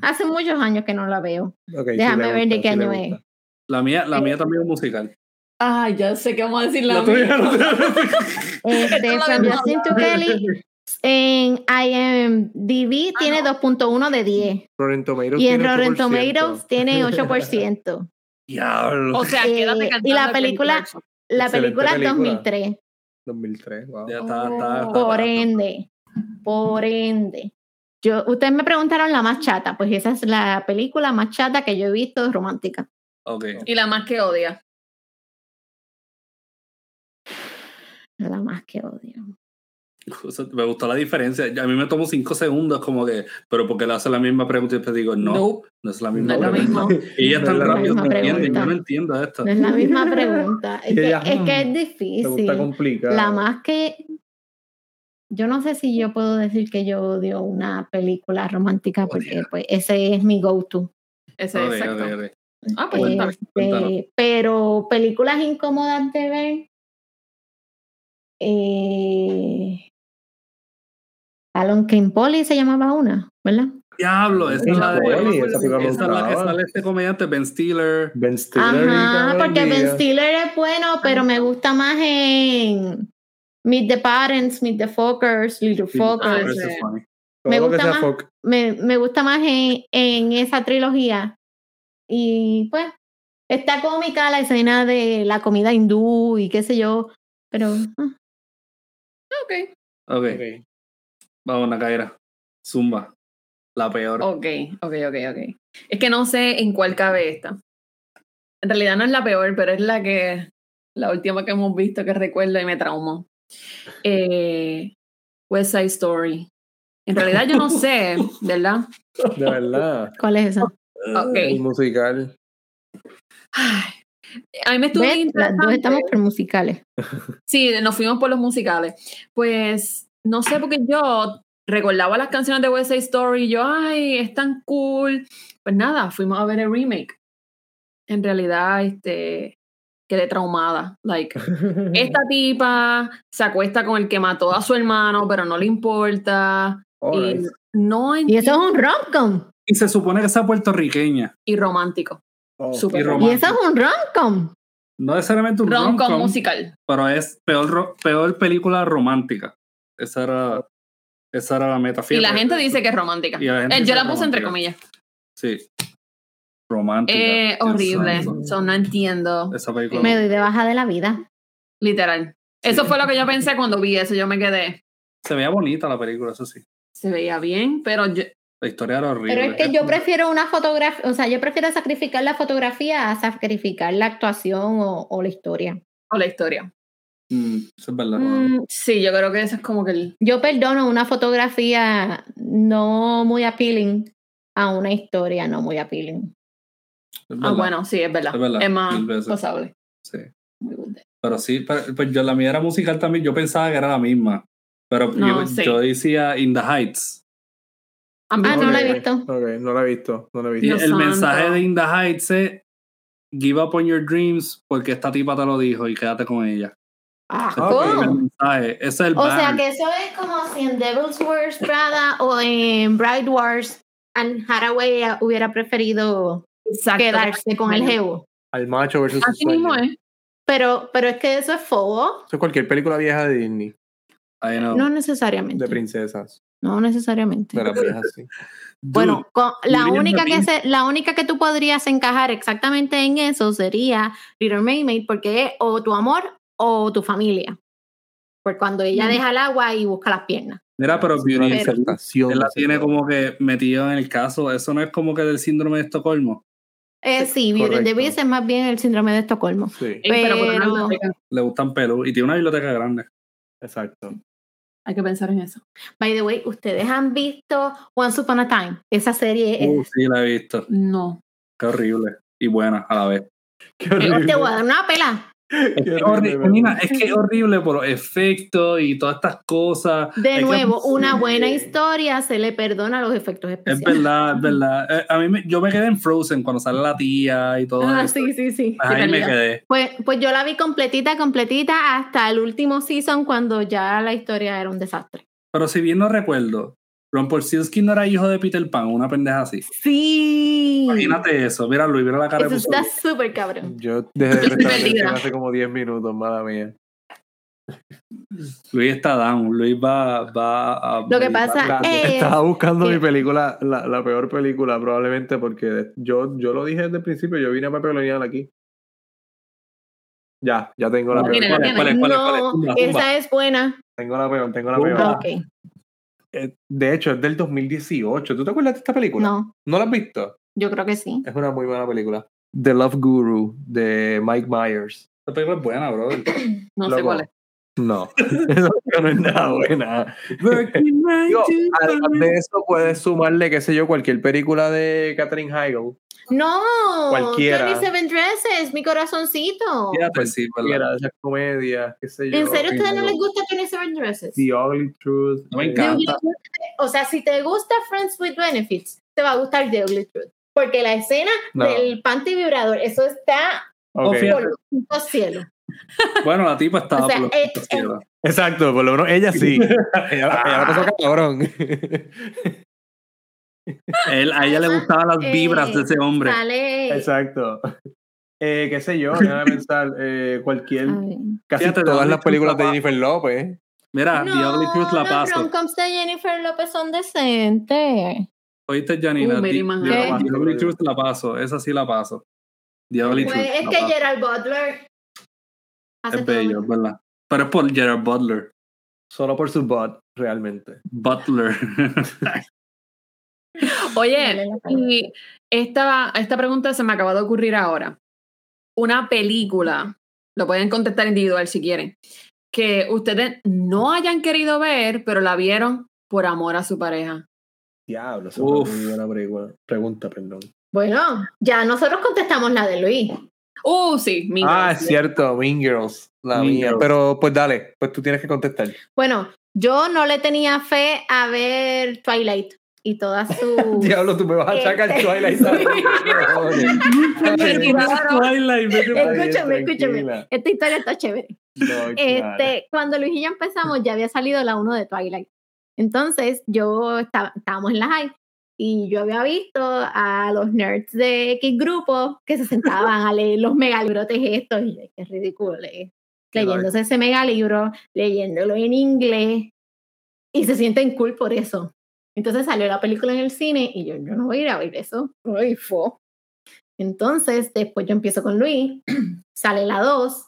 Speaker 2: hace muchos años que no la veo.
Speaker 4: Ok, sí
Speaker 2: déjame
Speaker 4: te
Speaker 2: ver de qué
Speaker 4: gusta, sí te
Speaker 2: año
Speaker 4: gusta.
Speaker 2: es.
Speaker 3: La mía, la mía también es musical.
Speaker 1: Ay, ya sé que vamos a decir la,
Speaker 3: tuya,
Speaker 1: misma.
Speaker 2: Este,
Speaker 1: Esto lo
Speaker 2: From
Speaker 1: habíamos
Speaker 2: Justin to Kelly en IMDb
Speaker 1: Ah,
Speaker 2: tiene
Speaker 1: no.
Speaker 2: 2.1 de 10
Speaker 4: Rotten Tomatoes
Speaker 2: y en
Speaker 4: tiene
Speaker 2: Rotten
Speaker 4: 8%.
Speaker 2: Tomatoes tiene 8%.
Speaker 3: Diablo.
Speaker 1: O sea, quédate
Speaker 2: Eh,
Speaker 1: cantando
Speaker 2: y la
Speaker 1: de Kelly
Speaker 2: película-
Speaker 1: Clarkson.
Speaker 2: La
Speaker 4: Excelente
Speaker 2: película es
Speaker 4: película.
Speaker 2: 2003,
Speaker 4: 2003, wow.
Speaker 3: Ya está, está, está.
Speaker 2: por ende, por ende. Yo, ustedes me preguntaron la más chata, pues esa es la película más chata que yo he visto romántica.
Speaker 3: Ok.
Speaker 1: Y la más que odia.
Speaker 2: La más que odio.
Speaker 3: O sea, me gustó la diferencia. Yo- A mí me tomo cinco segundos como que, pero porque le hace la misma pregunta y después digo, no, no,
Speaker 1: Nope.
Speaker 3: es la
Speaker 1: No
Speaker 3: misma
Speaker 1: es lo
Speaker 3: pregunta.
Speaker 1: mismo.
Speaker 3: Y ella es tan
Speaker 4: No es la
Speaker 3: rápido,
Speaker 2: misma
Speaker 3: se entiende.
Speaker 2: pregunta.
Speaker 3: Yo no entiendo esto.
Speaker 2: No es la misma pregunta. Es,
Speaker 4: Y
Speaker 2: que,
Speaker 4: ella,
Speaker 2: es que
Speaker 4: mm,
Speaker 2: es
Speaker 4: Te
Speaker 2: difícil.
Speaker 4: gusta complicado.
Speaker 2: La más que. Yo no sé si yo puedo decir que yo odio una película romántica porque pues, ese es mi go-to.
Speaker 1: Ese,
Speaker 3: Ok,
Speaker 1: exacto.
Speaker 3: ok,
Speaker 1: Ah,
Speaker 3: ok. Eh,
Speaker 1: pues cuéntame.
Speaker 2: Este,
Speaker 3: cuéntanos.
Speaker 2: pero películas incómodas de ver. Eh, Alon Ken Polly se llamaba una, ¿verdad?
Speaker 3: Diablo, esa es la de.
Speaker 1: Oye, esa
Speaker 4: película me
Speaker 3: Esa es la que
Speaker 4: gustaba.
Speaker 3: sale este comediante Ben Stiller.
Speaker 4: Ben Stiller.
Speaker 2: Ajá,
Speaker 4: cabrón,
Speaker 2: porque Ben
Speaker 4: mira.
Speaker 2: Stiller es bueno, pero me gusta más en Meet the Parents, Meet the Fuckers, Little
Speaker 1: Ah,
Speaker 2: Fuckers.
Speaker 1: ese.
Speaker 3: ese es funny.
Speaker 4: Todo
Speaker 2: me
Speaker 4: lo que
Speaker 2: gusta
Speaker 4: sea
Speaker 2: más.
Speaker 4: folk.
Speaker 2: me, me gusta más en, en esa trilogía. Y pues, está cómica la escena de la comida hindú y qué sé yo, pero ah,
Speaker 1: Ok.
Speaker 3: Ok,
Speaker 4: Ok.
Speaker 3: vamos, Nakaira. Zumba. La peor.
Speaker 1: Ok, ok, ok, ok. Es que no sé en cuál cabe esta. En realidad no es la peor, pero es la que la última que hemos visto que recuerdo y me traumó. Eh, West Side Story. En realidad yo no sé, ¿verdad?
Speaker 4: De verdad.
Speaker 2: ¿cuál es esa?
Speaker 4: El
Speaker 1: Ok.
Speaker 4: musical.
Speaker 1: Ay, A mí me estuvo
Speaker 2: ¿Ves? Las dos estamos
Speaker 1: interesante.
Speaker 2: por musicales.
Speaker 1: Sí, nos fuimos por los musicales. Pues no sé, porque yo recordaba las canciones de West Side Story y yo, ay, es tan cool. Pues nada, fuimos a ver el remake. En realidad, este, quedé traumada. Like, esta tipa se acuesta con el que mató a su hermano, pero no le importa.
Speaker 4: Alright.
Speaker 1: Y no
Speaker 2: Y
Speaker 1: entiendo.
Speaker 2: eso es un rom-com.
Speaker 3: Y se supone que sea puertorriqueña.
Speaker 1: Y romántico.
Speaker 4: Oh,
Speaker 1: Súper
Speaker 3: y
Speaker 1: rom-
Speaker 2: Y
Speaker 3: romántico.
Speaker 2: eso es un rom-com.
Speaker 3: No necesariamente un
Speaker 1: rom con
Speaker 3: rom-com,
Speaker 1: musical.
Speaker 3: pero es peor, ro- peor película romántica. Esa era, esa era la meta.
Speaker 1: Y
Speaker 3: Fíjate,
Speaker 1: la gente dice que es romántica.
Speaker 3: y la gente
Speaker 1: Eh,
Speaker 3: dice
Speaker 1: yo la
Speaker 3: que es
Speaker 1: puse entre
Speaker 3: romántica.
Speaker 1: comillas.
Speaker 3: Sí. Romántica.
Speaker 1: Eh, horrible.
Speaker 3: Esa-
Speaker 1: So, no entiendo.
Speaker 3: Esa película.
Speaker 2: Me doy de baja de la vida.
Speaker 1: Literal. Eso fue lo que yo pensé cuando vi eso. Yo me quedé.
Speaker 3: Se veía bonita la película, eso sí.
Speaker 1: Se veía bien, pero yo,
Speaker 3: La historia era horrible.
Speaker 2: Pero es que yo prefiero una fotografía, o sea, yo prefiero sacrificar la fotografía a sacrificar la actuación o, o la historia.
Speaker 1: o la historia.
Speaker 3: Mm, eso es verdad.
Speaker 1: Mm, sí, yo creo que eso es como que el.
Speaker 2: Yo perdono una fotografía no muy appealing a una historia no muy appealing.
Speaker 1: Ah,
Speaker 3: Es verdad.
Speaker 1: bueno, sí, es verdad.
Speaker 3: Es
Speaker 1: Es,
Speaker 3: verdad, mil
Speaker 1: más
Speaker 3: veces.
Speaker 1: pasable.
Speaker 3: Sí.
Speaker 1: Muy good.
Speaker 3: Pero sí, pero- pues yo la mía era musical también. Yo pensaba que era la misma. Pero
Speaker 1: No,
Speaker 3: yo,
Speaker 1: sí.
Speaker 3: yo decía In the Heights.
Speaker 2: Ah, no la he
Speaker 4: Ok,
Speaker 2: visto.
Speaker 4: ok, no la he visto, no la he
Speaker 3: Y
Speaker 4: visto.
Speaker 1: Dios
Speaker 3: el
Speaker 1: santo.
Speaker 3: mensaje de In the Heights es Give up on your dreams porque esta tipa te lo dijo y quédate con ella.
Speaker 1: Ah,
Speaker 3: Ese es el primer mensaje. Ese es el
Speaker 2: Oh. O sea
Speaker 3: banner.
Speaker 2: que eso es como si en Devil's Wars Prada o en Bride Wars Anne Haraway hubiera preferido
Speaker 1: exacto.
Speaker 2: quedarse con el jevo.
Speaker 4: Al macho versus su
Speaker 1: Así mismo
Speaker 4: sueño.
Speaker 1: es.
Speaker 2: Pero, pero es que eso es fobo.
Speaker 4: Eso es cualquier película vieja de Disney,
Speaker 3: I know.
Speaker 2: No
Speaker 4: de
Speaker 2: necesariamente.
Speaker 4: princesas,
Speaker 2: No necesariamente.
Speaker 4: de las viejas, sí.
Speaker 3: Dude,
Speaker 2: Bueno, con- la,
Speaker 3: Little
Speaker 2: única que
Speaker 3: Mermaid.
Speaker 2: se- la única que tú podrías encajar exactamente en eso sería Little Mermaid, porque es o tu amor o tu familia. Por cuando ella
Speaker 1: Mm.
Speaker 2: deja el agua y busca las piernas.
Speaker 4: Ah,
Speaker 3: mira, pero Beauty and the
Speaker 2: Pero-
Speaker 3: Beast,
Speaker 4: disertación.
Speaker 3: él la tiene
Speaker 4: disertación.
Speaker 3: como que metido en el caso. Eso no es como que del síndrome de Estocolmo.
Speaker 2: Eh, sí, Beauty and the
Speaker 4: correcto.
Speaker 2: Beast es más bien el síndrome de Estocolmo.
Speaker 4: Sí,
Speaker 1: Ey, Pero, por
Speaker 2: Pero-
Speaker 1: nada, oiga,
Speaker 3: Le gustan pelú y tiene una biblioteca grande.
Speaker 4: exacto.
Speaker 1: hay que pensar en eso.
Speaker 2: By the way, ¿ustedes han visto Once Upon a Time? Esa serie es...
Speaker 3: Uh, sí, la he visto.
Speaker 1: No.
Speaker 3: Qué horrible. Y buena a la vez.
Speaker 4: Qué horrible.
Speaker 2: Te voy a dar una pela.
Speaker 4: Qué
Speaker 3: Es que,
Speaker 4: horrible,
Speaker 3: horri-
Speaker 4: ¿verdad?
Speaker 3: mira, es que es horrible por los efectos y todas estas cosas.
Speaker 2: De
Speaker 3: que-
Speaker 2: nuevo, una
Speaker 4: sí.
Speaker 2: buena historia se le perdona los efectos
Speaker 3: Es
Speaker 2: especiales.
Speaker 3: verdad, es verdad. Eh, a mí me- yo me quedé en Frozen cuando sale la tía y todo
Speaker 2: Ah,
Speaker 3: eso.
Speaker 2: sí, sí, sí.
Speaker 3: Pues ahí me
Speaker 1: realidad.
Speaker 3: quedé.
Speaker 2: Pues, pues yo la vi completita, completita hasta el último season cuando ya la historia era un desastre.
Speaker 3: Pero si bien no recuerdo, Ron Porcelski no era hijo de Peter Pan, una pendeja así.
Speaker 2: Sí.
Speaker 3: Imagínate eso. Mira, Luis, mira la cara
Speaker 2: Eso
Speaker 3: de
Speaker 2: está súper cabrón.
Speaker 4: Yo dejé de
Speaker 1: Estoy
Speaker 4: prestar
Speaker 1: perdida.
Speaker 4: atención hace como 10 minutos, mala mía.
Speaker 3: Luis está down. Luis va, va a.
Speaker 2: Lo que pasa-
Speaker 4: La-
Speaker 2: Eh,
Speaker 4: estaba buscando
Speaker 2: que-
Speaker 4: mi película, la, la peor película probablemente, porque yo, yo lo dije desde el principio, yo vine a papelonial aquí. Ya, ya tengo la
Speaker 3: No,
Speaker 4: peor.
Speaker 1: Tiene,
Speaker 3: ¿Cuál es,
Speaker 1: tiene.
Speaker 3: cuál es, cuál es, cuál
Speaker 2: Pues
Speaker 3: es?
Speaker 2: No,
Speaker 3: Zumba, zumba.
Speaker 2: esa es buena.
Speaker 4: Tengo la peor, tengo la
Speaker 3: Zumba.
Speaker 4: peor.
Speaker 2: Ah, ok.
Speaker 4: Eh, de hecho, es del 2018. ¿Tú te acuerdas de esta película?
Speaker 2: No,
Speaker 4: ¿No la has visto?
Speaker 2: yo creo que sí.
Speaker 4: Es una muy buena película. The Love Guru de Mike Myers.
Speaker 3: Esta película es buena, bro.
Speaker 1: No sé
Speaker 4: Loco,
Speaker 1: cuál es.
Speaker 4: No, eso no es nada buena. Digo, además de eso puedes sumarle, qué sé yo, cualquier película de Katherine Heigl.
Speaker 2: No,
Speaker 4: Cualquiera.
Speaker 2: 27 Dresses, mi corazoncito.
Speaker 3: Ya, pues sí, ¿verdad?
Speaker 4: Cualquiera de esas comedias, qué sé yo.
Speaker 2: ¿En serio a ustedes no
Speaker 4: Heigl,
Speaker 2: les gusta 27 Dresses?
Speaker 4: The Ugly Truth.
Speaker 3: No me
Speaker 4: eh,
Speaker 3: encanta.
Speaker 2: O sea, si te gusta Friends with Benefits, te va a gustar The Ugly Truth. Porque la escena
Speaker 4: No.
Speaker 2: del panty vibrador, eso está
Speaker 4: Ok.
Speaker 3: Oh, fíjate.
Speaker 2: por los cinco cielos.
Speaker 3: Bueno, la tipa estaba
Speaker 2: O sea,
Speaker 3: por los
Speaker 2: eh,
Speaker 3: puntos ciegos.
Speaker 4: Exacto, por lo menos ella sí. Ah. ella, ella la pasó cabrón.
Speaker 3: Él- a ella le gustaban las
Speaker 2: eh,
Speaker 3: vibras de ese hombre.
Speaker 2: Sale.
Speaker 4: Exacto. Eh, qué sé yo, déjame pensar, eh, cualquier,
Speaker 2: Ay.
Speaker 4: casi
Speaker 3: Fíjate, The
Speaker 4: todas
Speaker 3: Ugly
Speaker 4: las
Speaker 3: Truth
Speaker 4: películas de
Speaker 3: la-
Speaker 4: Jennifer López.
Speaker 3: Mira, The
Speaker 2: No,
Speaker 3: Ugly Truth la
Speaker 2: los
Speaker 3: paso.
Speaker 2: romcoms de Jennifer López son decentes.
Speaker 3: Oíste, Janina.
Speaker 1: Uh,
Speaker 3: The,
Speaker 1: Mary
Speaker 3: The-
Speaker 1: Manhattan.
Speaker 3: The Ugly Truth la paso. Esa sí la paso. The Ugly
Speaker 2: Pues
Speaker 3: Truth.
Speaker 2: es
Speaker 3: la
Speaker 2: que
Speaker 3: paso.
Speaker 2: Gerald Butler hace
Speaker 3: es
Speaker 2: todo
Speaker 3: bello,
Speaker 2: bien.
Speaker 3: ¿verdad? Pero es por Gerard Butler.
Speaker 4: Solo por su bot, realmente.
Speaker 3: Butler.
Speaker 2: Vale
Speaker 1: Oye,
Speaker 2: la pena.
Speaker 1: y esta, esta pregunta se me acaba de ocurrir ahora. Una película, lo pueden contestar individual si quieren, que ustedes no hayan querido ver, pero la vieron por amor a su pareja.
Speaker 4: Diablo,
Speaker 3: esa fue Uf.
Speaker 4: muy
Speaker 3: muy
Speaker 4: buena pregunta. Pregunta, perdón.
Speaker 2: Bueno, ya nosotros contestamos la de Luis.
Speaker 1: Uh, sí, mi
Speaker 4: Ah, es
Speaker 1: gracia.
Speaker 4: cierto, Mean Girls. La
Speaker 3: Mean
Speaker 4: mía.
Speaker 3: Girls.
Speaker 4: Pero pues dale, pues tú tienes que contestar.
Speaker 2: Bueno, yo no le tenía fe a ver Twilight y todas sus.
Speaker 4: Diablo, tú me vas a sacar
Speaker 2: Este-
Speaker 4: Twilight.
Speaker 3: Twilight, vete pa' allá.
Speaker 2: Escúchame, escúchame. Esta historia está chévere.
Speaker 4: No, claro.
Speaker 2: Este, cuando Luis y yo empezamos, ya había salido la 1 de Twilight. Entonces, yo estaba, estábamos en la high y yo había visto a los nerds de X grupo que se sentaban a leer los megalibrotes estos. Y yo, qué ridículo. eh,
Speaker 3: Qué
Speaker 2: Leyéndose ese megalibro, leyéndolo en inglés y se sienten cool por eso. Entonces salió la película en el cine y yo, yo no voy a ir a ver eso. Uy, fo. Entonces, después yo empiezo con Luis, sale la 2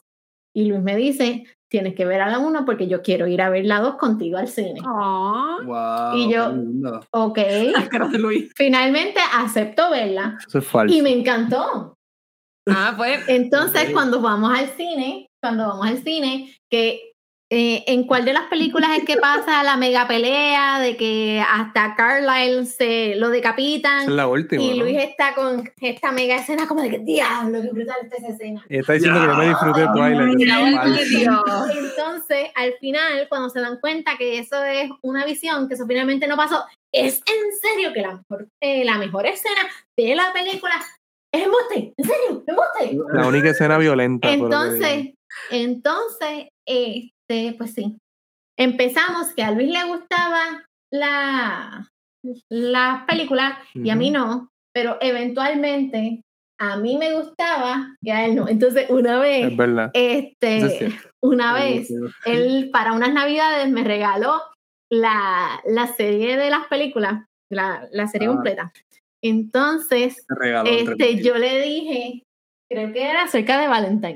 Speaker 2: y Luis me dice, tienes que ver a la 1 porque yo quiero ir a ver la 2 contigo al cine.
Speaker 4: Ah.
Speaker 1: Aww.
Speaker 3: Wow,
Speaker 2: Y yo-
Speaker 3: qué lindo.
Speaker 2: Ok,
Speaker 1: Las caras de Luis.
Speaker 2: finalmente acepto verla
Speaker 4: Eso es falso.
Speaker 2: y me encantó.
Speaker 1: Ah, pues.
Speaker 2: Entonces,
Speaker 4: Ok.
Speaker 2: cuando vamos al cine, cuando vamos al cine, que eh, en cuál de las películas es que pasa la mega pelea de que hasta Carlyle se lo decapitan
Speaker 4: Esa es la última.
Speaker 2: y
Speaker 4: ¿no?
Speaker 2: Luis está con esta mega escena como de que diablo, qué brutal está esa escena.
Speaker 4: Y está diciendo que no me disfruté el
Speaker 1: Ay,
Speaker 4: Twilight. Eso es
Speaker 1: ay,
Speaker 4: falso.
Speaker 1: Dios.
Speaker 2: Entonces, al final, cuando se dan cuenta que eso es una visión, que eso finalmente no pasó, es en serio que la mejor, eh, la mejor escena de la película es embuste, en serio, embuste.
Speaker 4: La única escena violenta. fue lo que digo.
Speaker 2: Entonces, entonces, este, pues sí. Empezamos que a Luis le gustaba la, la película y a mí
Speaker 4: Ujú.
Speaker 2: no, pero eventualmente a mí me gustaba y a él no. Entonces, una vez,
Speaker 4: es verdad. Eso es
Speaker 2: este,
Speaker 4: cierto.
Speaker 2: una vez, él para unas navidades me regaló la, la serie de las películas, la, la serie
Speaker 3: Ah.
Speaker 2: completa. Entonces,
Speaker 3: Te regaló entre
Speaker 2: este,
Speaker 3: mil.
Speaker 2: yo le dije, creo que era cerca de Valentine.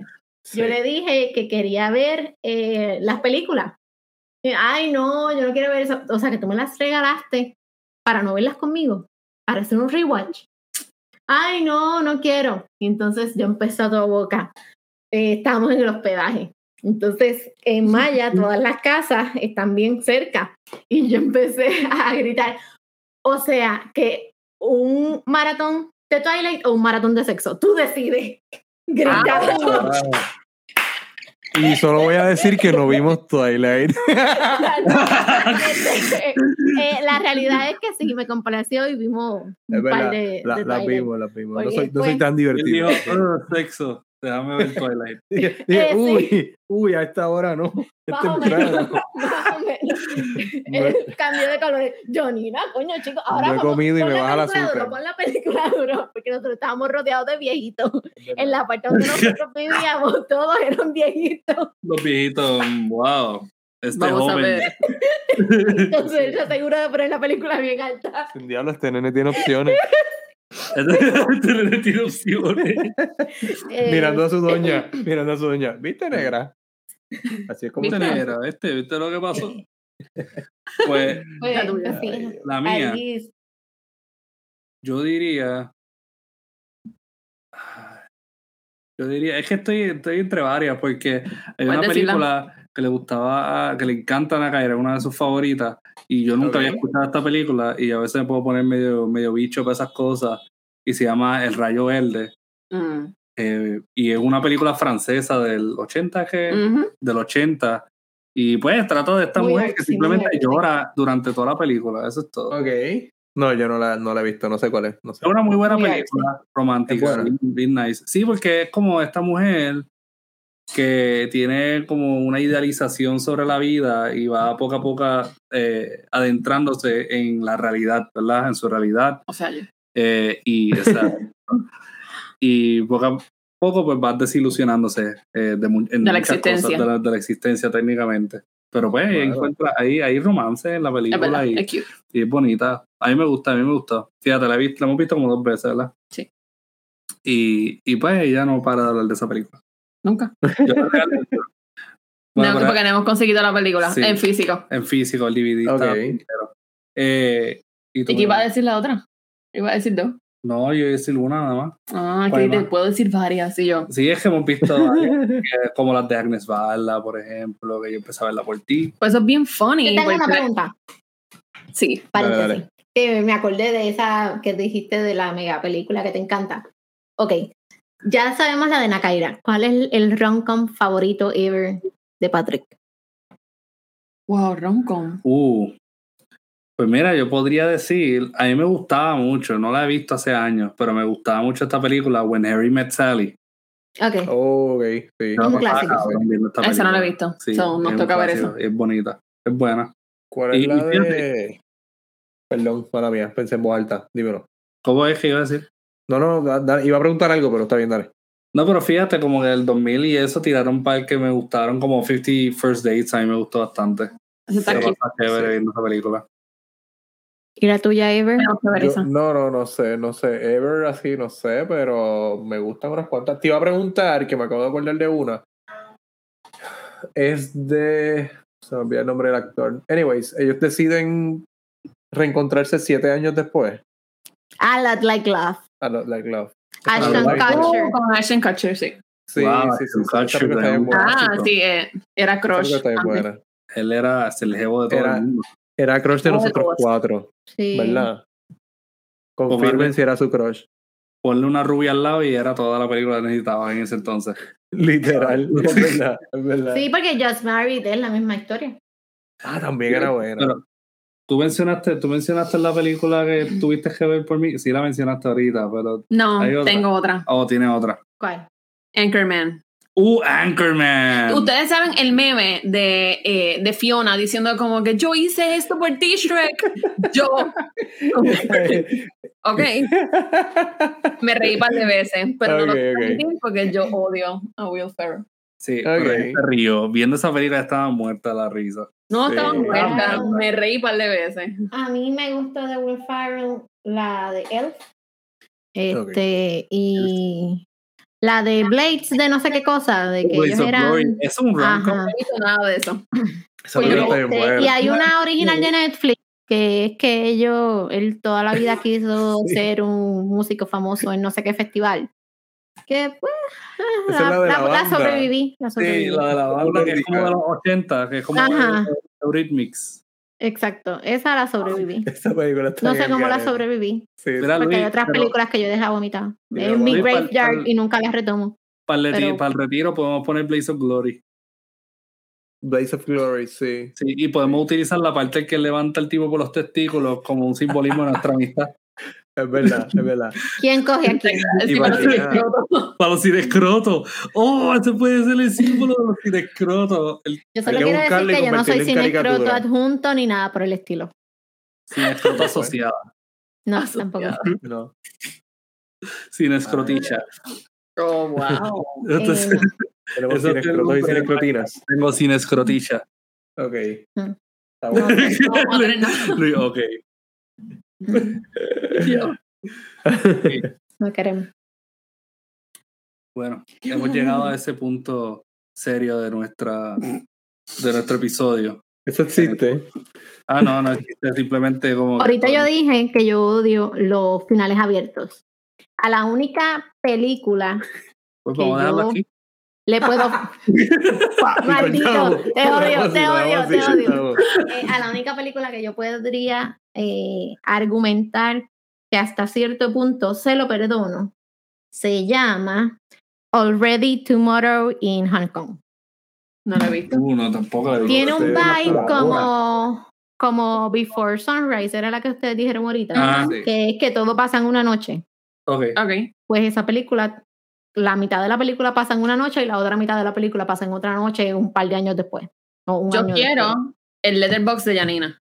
Speaker 2: Yo
Speaker 4: Sí.
Speaker 2: le dije que quería ver eh, las películas. Y, Ay, no, yo no quiero ver eso. O sea, que tú me las regalaste para no verlas conmigo, para hacer un rewatch. Ay, no, no quiero. Y entonces yo empecé a toda boca. Eh, estábamos en el hospedaje. Entonces, en Maya, todas las casas están bien cerca. Y yo empecé a gritar. O sea, que un maratón de Twilight o un maratón de sexo. Tú decides.
Speaker 4: Ah,
Speaker 2: Gritaba.
Speaker 4: Y solo voy a decir que no vimos Twilight. ah.
Speaker 2: Eh, la realidad es que sí, me complació y vimos un par
Speaker 4: Es verdad,
Speaker 2: de,
Speaker 4: La-
Speaker 2: de
Speaker 4: Las
Speaker 2: Twilight.
Speaker 4: vimos, las vimos. No
Speaker 2: Porque
Speaker 4: soy, no soy
Speaker 2: fue-
Speaker 4: tan
Speaker 3: Él dijo,
Speaker 4: divertido.
Speaker 3: "Ugh, sexo, déjame ver Twilight.
Speaker 4: Dije,
Speaker 2: Eh, sí.
Speaker 4: uy, uy, a esta hora no. Es
Speaker 2: Más o menos,
Speaker 4: temprano.
Speaker 2: más o menos.
Speaker 4: No es-
Speaker 2: El cambio de colores. Johnny, no, coño, chicos. Ahora
Speaker 4: No he
Speaker 2: vamos,
Speaker 4: comido y
Speaker 2: pon
Speaker 4: me
Speaker 2: la
Speaker 4: baja el
Speaker 2: película
Speaker 4: azúcar.
Speaker 2: duro, Pon la película duro, porque nosotros estábamos rodeados de viejitos. En la parte donde nosotros vivíamos, todos eran viejitos.
Speaker 3: Los viejitos, wow. Este
Speaker 1: Vamos a
Speaker 3: joven.
Speaker 1: ver.
Speaker 2: Entonces, yo seguro de poner la película bien alta.
Speaker 4: El diablo, este nene tiene opciones.
Speaker 3: Este nene tiene opciones.
Speaker 2: Eh,
Speaker 4: Mirando a su doña, mirando a su doña. ¿Viste, negra? Así es como
Speaker 3: Este
Speaker 1: ¿Viste?
Speaker 3: negra, este, ¿viste lo que pasó? Pues
Speaker 2: Eh, pues,
Speaker 1: La tuya.
Speaker 2: así,
Speaker 4: Ay,
Speaker 3: la mía,
Speaker 2: ahí,
Speaker 3: yo diría. Ah, Yo diría, es que estoy, estoy entre varias, porque hay
Speaker 1: Puedes
Speaker 3: una
Speaker 1: decirla.
Speaker 3: película que le gustaba, a- que le encanta a Nakai, era una de sus favoritas, y yo nunca
Speaker 4: Ok.
Speaker 3: había escuchado esta película, y a veces me puedo poner medio, medio bicho para esas cosas, y se llama El Rayo Verde.
Speaker 1: Mm.
Speaker 3: Eh, y es una película francesa del 80, que,
Speaker 1: Ujú.
Speaker 3: del 80. Y pues trata de esta
Speaker 2: Muy
Speaker 3: mujer
Speaker 2: arte,
Speaker 3: que
Speaker 2: muy
Speaker 3: simplemente
Speaker 2: arte.
Speaker 3: llora durante toda la película. Eso es todo.
Speaker 4: Ok. No, yo no la, no la he visto, no sé cuál es. No sé.
Speaker 3: Es una muy buena
Speaker 2: Muy
Speaker 3: película romántica,
Speaker 4: Es buena.
Speaker 3: bien- bien nice. Sí, porque es como esta mujer que tiene como una idealización sobre la vida y va poco a poco eh, adentrándose en la realidad, ¿verdad? En su realidad.
Speaker 1: O sea, yo.
Speaker 3: Eh, y, esa- y poco a poco pues vas desilusionándose eh, de, mu- en
Speaker 1: De la
Speaker 3: muchas cosas,
Speaker 1: existencia.
Speaker 3: de, la, de la existencia técnicamente. Pero pues
Speaker 4: Claro.
Speaker 3: encuentra, hay, hay romance en la
Speaker 1: Es
Speaker 3: película
Speaker 1: verdad,
Speaker 3: y,
Speaker 1: es cute.
Speaker 3: y es bonita. A mí me gusta, a mí me gusta. Fíjate, la, he visto- la hemos visto como dos veces, ¿verdad?
Speaker 1: Sí.
Speaker 3: Y, y pues ella no para de hablar de esa película.
Speaker 1: Nunca.
Speaker 3: Yo la regalo- Bueno,
Speaker 1: no,
Speaker 3: pero
Speaker 1: porque no hemos conseguido la película
Speaker 3: Sí.
Speaker 1: en físico.
Speaker 3: en físico, el DVD
Speaker 4: Ok.
Speaker 3: está primero. Eh, y tú
Speaker 1: ¿Y
Speaker 3: me-
Speaker 1: qué iba a decir la otra? Iba a decir dos.
Speaker 3: No, yo iba a decir una nada más.
Speaker 1: Ah,
Speaker 3: Pues,
Speaker 1: que te
Speaker 3: ma.
Speaker 1: puedo decir varias, y yo.
Speaker 3: Sí, es que hemos visto varias que- como las de Agnes Varla, por ejemplo, que yo empecé a verla por ti.
Speaker 1: Pues eso es bien funny.
Speaker 2: Yo tengo una
Speaker 1: porque-
Speaker 2: pregunta.
Speaker 1: Sí.
Speaker 4: Dale,
Speaker 2: paréntesis,
Speaker 4: dale.
Speaker 2: Que me acordé de esa que dijiste de la mega película que te encanta. Ok, ya sabemos la de Nakaira. ¿Cuál es el rom-com favorito ever de Patrick?
Speaker 1: Wow, romcom.
Speaker 3: Uh. Pues mira, yo podría decir, a mí me gustaba mucho, no la he visto hace años, pero me gustaba mucho esta película, When Harry Met Sally.
Speaker 2: Ok,
Speaker 4: Oh, ok, sí.
Speaker 3: Yo
Speaker 2: un
Speaker 3: la pasaba
Speaker 2: clásico.
Speaker 3: cabrón viendo esta
Speaker 1: Ah, Esa no la he
Speaker 3: película.
Speaker 1: visto.
Speaker 3: Sí,
Speaker 1: so,
Speaker 3: es
Speaker 1: nos
Speaker 3: un
Speaker 1: toca ver
Speaker 3: clásico,
Speaker 1: eso.
Speaker 3: Es bonita, es buena.
Speaker 4: ¿Cuál es
Speaker 3: Y- y
Speaker 4: la
Speaker 3: fíjate-
Speaker 4: de...? Perdón, mala mía, pensé en voz alta, dímelo.
Speaker 3: ¿Cómo es que iba a decir?
Speaker 4: No, no, da- da- iba a preguntar algo, pero está bien, dale.
Speaker 3: No, pero fíjate, como que el 2000 y eso tiraron un par que me gustaron, como 50 First Dates, a mí me gustó bastante.
Speaker 1: Eso está
Speaker 3: Yo la
Speaker 1: aquí.
Speaker 3: pasaba chévere viendo esa película.
Speaker 2: ¿Y la tuya, Ever?
Speaker 1: Tengo que ver
Speaker 4: Yo-
Speaker 1: esa.
Speaker 4: no, no, no sé, no sé. Ever así, no sé, pero me gustan unas cuantas. Te iba a preguntar, que me acabo de acordar de una. Es de. Se me olvidó el nombre del actor. Anyways, ellos deciden reencontrarse siete años después.
Speaker 2: A Lot Ah, Like Love.
Speaker 4: A Lot Like Love.
Speaker 2: Ashton
Speaker 3: Like Love.
Speaker 2: Kutcher.
Speaker 1: Oh, con Ashton Kutcher, sí.
Speaker 4: Sí,
Speaker 3: Wow,
Speaker 4: sí,
Speaker 3: Ashton
Speaker 4: sí. sí, esa
Speaker 3: Kutcher,
Speaker 4: película está
Speaker 3: gran
Speaker 4: bien buena.
Speaker 1: ah,
Speaker 3: chico.
Speaker 1: sí, eh, era
Speaker 2: Ah,
Speaker 4: Esa
Speaker 1: crush.
Speaker 4: película está bien
Speaker 1: antes.
Speaker 4: buena.
Speaker 3: Él era es el jevo de todo
Speaker 4: Era-
Speaker 3: el mundo.
Speaker 4: Era crush de
Speaker 1: Todos,
Speaker 4: nosotros
Speaker 1: todos.
Speaker 4: cuatro,
Speaker 2: Sí.
Speaker 4: ¿verdad? Confirmen
Speaker 3: Cobarde.
Speaker 4: si era su crush.
Speaker 3: Ponle una rubia al lado y era toda la película que necesitabas en ese entonces.
Speaker 4: Literal, es verdad, es verdad.
Speaker 2: Sí, porque Just Married es la misma historia.
Speaker 4: Ah, también era buena.
Speaker 3: Pero, tú mencionaste, tú mencionaste la película que tuviste que ver por mí. Sí, la mencionaste ahorita, pero. Hay
Speaker 1: No,
Speaker 3: otra.
Speaker 1: tengo otra.
Speaker 3: Oh, tiene otra.
Speaker 2: ¿Cuál?
Speaker 1: Anchorman.
Speaker 3: Uh,
Speaker 4: Em.
Speaker 3: Anchorman.
Speaker 1: Ustedes saben el meme de, eh, de Fiona diciendo como que yo hice esto por ti, Shrek. Yo. Ok, me reí un par de veces, pero no lo
Speaker 4: Ok,
Speaker 1: quiero
Speaker 4: ok.
Speaker 1: admitir porque yo odio a Will Ferrell.
Speaker 3: Sí, pero
Speaker 4: Ok.
Speaker 3: él se rió. Viendo esa película estaba muerta la risa.
Speaker 1: No
Speaker 4: Sí.
Speaker 1: estaba muerta,
Speaker 3: Ah,
Speaker 1: me reí un par de veces.
Speaker 2: A mí me gustó de Will Ferrell la de Elf. Este,
Speaker 4: Ok.
Speaker 2: y la de Blades de no sé qué cosa, de que
Speaker 3: Blaze
Speaker 2: ellos
Speaker 3: of Glory.
Speaker 2: eran...
Speaker 3: Es un rom-com.
Speaker 2: Ajá.
Speaker 1: No he visto nada de eso.
Speaker 4: Esa
Speaker 2: Pues,
Speaker 4: película está bien
Speaker 2: este,
Speaker 4: buena.
Speaker 2: y hay una original de Netflix que es que ellos, él toda la vida quiso
Speaker 4: Sí.
Speaker 2: ser un músico famoso en no sé qué festival. Que pues,
Speaker 4: Esa es la de la banda.
Speaker 2: sobreviví. La
Speaker 3: Sí,
Speaker 2: sobreviví.
Speaker 3: la de la banda que es como de los 80, que es como
Speaker 2: Ajá.
Speaker 3: Eurythmics.
Speaker 2: Exacto, esa la sobreviví.
Speaker 4: Esa película está
Speaker 2: No
Speaker 4: bien
Speaker 2: sé cómo la
Speaker 4: garete.
Speaker 2: sobreviví.
Speaker 4: Sí,
Speaker 3: Mira,
Speaker 2: Porque hay
Speaker 3: Luis,
Speaker 2: otras
Speaker 3: pero-
Speaker 2: películas que yo dejaba vomitar.
Speaker 4: Ah, Mira,
Speaker 2: En mi
Speaker 3: Luis, pal-
Speaker 2: graveyard
Speaker 3: pal-
Speaker 2: y nunca las retomo.
Speaker 3: Para el, reti-
Speaker 2: Pero-
Speaker 3: para el retiro podemos poner Blaze of Glory.
Speaker 4: Blaze of Glory, sí.
Speaker 3: Sí, y podemos utilizar la parte que levanta el tipo por los testículos como un simbolismo de nuestra amistad.
Speaker 4: Es verdad, es verdad.
Speaker 2: ¿Quién coge a quién?
Speaker 1: Sí,
Speaker 4: para
Speaker 1: pero sí,
Speaker 4: nada.
Speaker 1: yo-
Speaker 3: Para los cinescrotos. ¡Oh! Ese puede ser el símbolo de los cinescrotos. El
Speaker 2: Yo
Speaker 4: Hay
Speaker 2: solo
Speaker 4: que
Speaker 2: quiero decir
Speaker 4: buscarlo y
Speaker 2: que yo no soy
Speaker 4: convertirlo en
Speaker 2: cinecroto
Speaker 4: caricatura.
Speaker 2: adjunto ni nada por el estilo.
Speaker 3: cinescroto asociado.
Speaker 2: No,
Speaker 4: Ah,
Speaker 1: Asociado.
Speaker 2: tampoco.
Speaker 4: No.
Speaker 3: Cinescroticha.
Speaker 1: Oh, wow.
Speaker 2: Ah. Eh,
Speaker 3: Entonces,
Speaker 2: no.
Speaker 4: Tenemos
Speaker 3: Eso
Speaker 4: cinecrotos
Speaker 3: tengo,
Speaker 4: y
Speaker 3: pero-
Speaker 4: cinecrotinas.
Speaker 3: tengo cinescroticha.
Speaker 4: Ok.
Speaker 2: Mm.
Speaker 4: Está bueno.
Speaker 1: No, madre, no.
Speaker 3: Luis, ok.
Speaker 2: No queremos.
Speaker 3: Bueno, Mm. hemos llegado a ese punto serio de nuestra de nuestro episodio.
Speaker 4: Eso existe.
Speaker 3: Ah, no, no, es simplemente como. que-
Speaker 2: Ahorita yo dije que yo odio los finales abiertos. A la única película
Speaker 3: Pues vamos a dejarlo
Speaker 2: que yo-
Speaker 3: aquí.
Speaker 2: le puedo. Maldito, te odio, te odio, te odio. Eh, a la única película que yo podría eh, argumentar que hasta cierto punto se lo perdono se llama Already Tomorrow in Hong Kong.
Speaker 1: No lo he visto.
Speaker 3: Uh, no, tampoco la vi.
Speaker 2: Tiene un
Speaker 4: ustedes no se
Speaker 2: vibe
Speaker 4: la
Speaker 2: como, como Before Sunrise, era la que ustedes dijeron ahorita,
Speaker 3: Ah,
Speaker 4: sí.
Speaker 2: que es que todo pasa en una noche.
Speaker 3: Ok.
Speaker 1: Ok.
Speaker 2: Pues esa película, la mitad de la película pasa en una noche y la otra mitad de la película pasa en otra noche un par de años después. o un
Speaker 1: Yo
Speaker 2: año después.
Speaker 1: quiero el letterbox de Janina.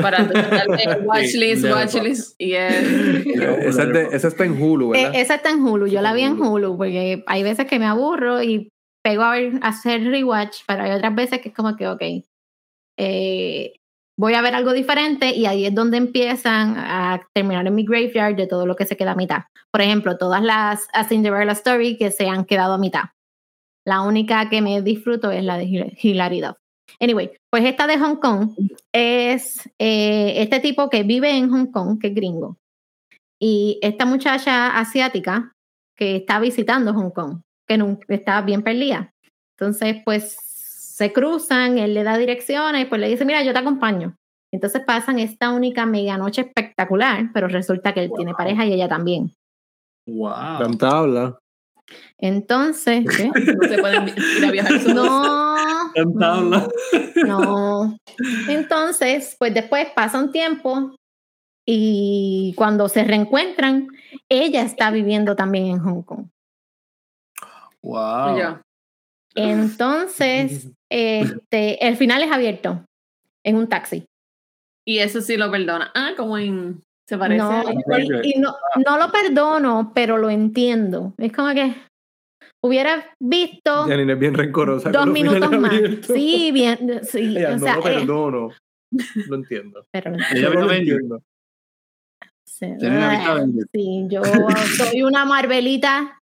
Speaker 1: Para darle watchlist,
Speaker 3: Sí,
Speaker 1: watchlist. Y es.
Speaker 4: Esa, es de- esa está en Hulu,
Speaker 2: Eh,
Speaker 4: ¿verdad?
Speaker 2: esa está en Hulu, yo la vi en
Speaker 4: Hulu.
Speaker 2: Hulu, porque hay veces que me aburro y pego a ver, a hacer rewatch, pero hay otras veces que es como que, ok, eh, voy a ver algo diferente y ahí es donde empiezan a terminar en mi graveyard de todo lo que se queda a mitad. Por ejemplo, todas las A Cinderella Story que se han quedado a mitad. La única que me disfruto es la de Hil- Hilary Duff. Anyway, pues esta de Hong Kong es eh, este tipo que vive en Hong Kong, que es gringo. Y esta muchacha asiática que está visitando Hong Kong, que nun- está bien perdida. Entonces, pues se cruzan, él le da direcciones, pues le dice, mira, yo te acompaño. Entonces pasan esta única mega noche espectacular, pero resulta que él tiene pareja y ella también.
Speaker 3: Wow.
Speaker 4: Cantabla.
Speaker 2: Entonces, ¿qué?
Speaker 1: No se pueden ir a viajar solos.
Speaker 2: no,
Speaker 3: Cantabla.
Speaker 2: no. Entonces, pues después pasa un tiempo y cuando se reencuentran, ella está viviendo también en Hong Kong.
Speaker 3: Wow.
Speaker 1: Yo.
Speaker 2: Entonces, este, el final es abierto en un taxi.
Speaker 1: Y eso sí lo perdona. Ah, como en. Se parece.
Speaker 2: No,
Speaker 1: a-
Speaker 2: y- y no, no lo perdono, pero lo entiendo. Es como que hubiera visto
Speaker 4: Janine es bien rencorosa.
Speaker 2: dos
Speaker 4: con los
Speaker 2: minutos
Speaker 4: finales
Speaker 2: más.
Speaker 4: abiertos.
Speaker 2: Sí, bien, sí.
Speaker 4: Ella,
Speaker 2: o
Speaker 4: no
Speaker 2: sea,
Speaker 4: lo
Speaker 2: eh,
Speaker 4: perdono. No entiendo.
Speaker 2: pero-
Speaker 3: Ella
Speaker 4: No
Speaker 3: vio
Speaker 4: lo
Speaker 3: Avengers.
Speaker 4: entiendo.
Speaker 2: sé.
Speaker 3: Tiene una vista Avengers.
Speaker 2: Sí, yo soy una Marvelita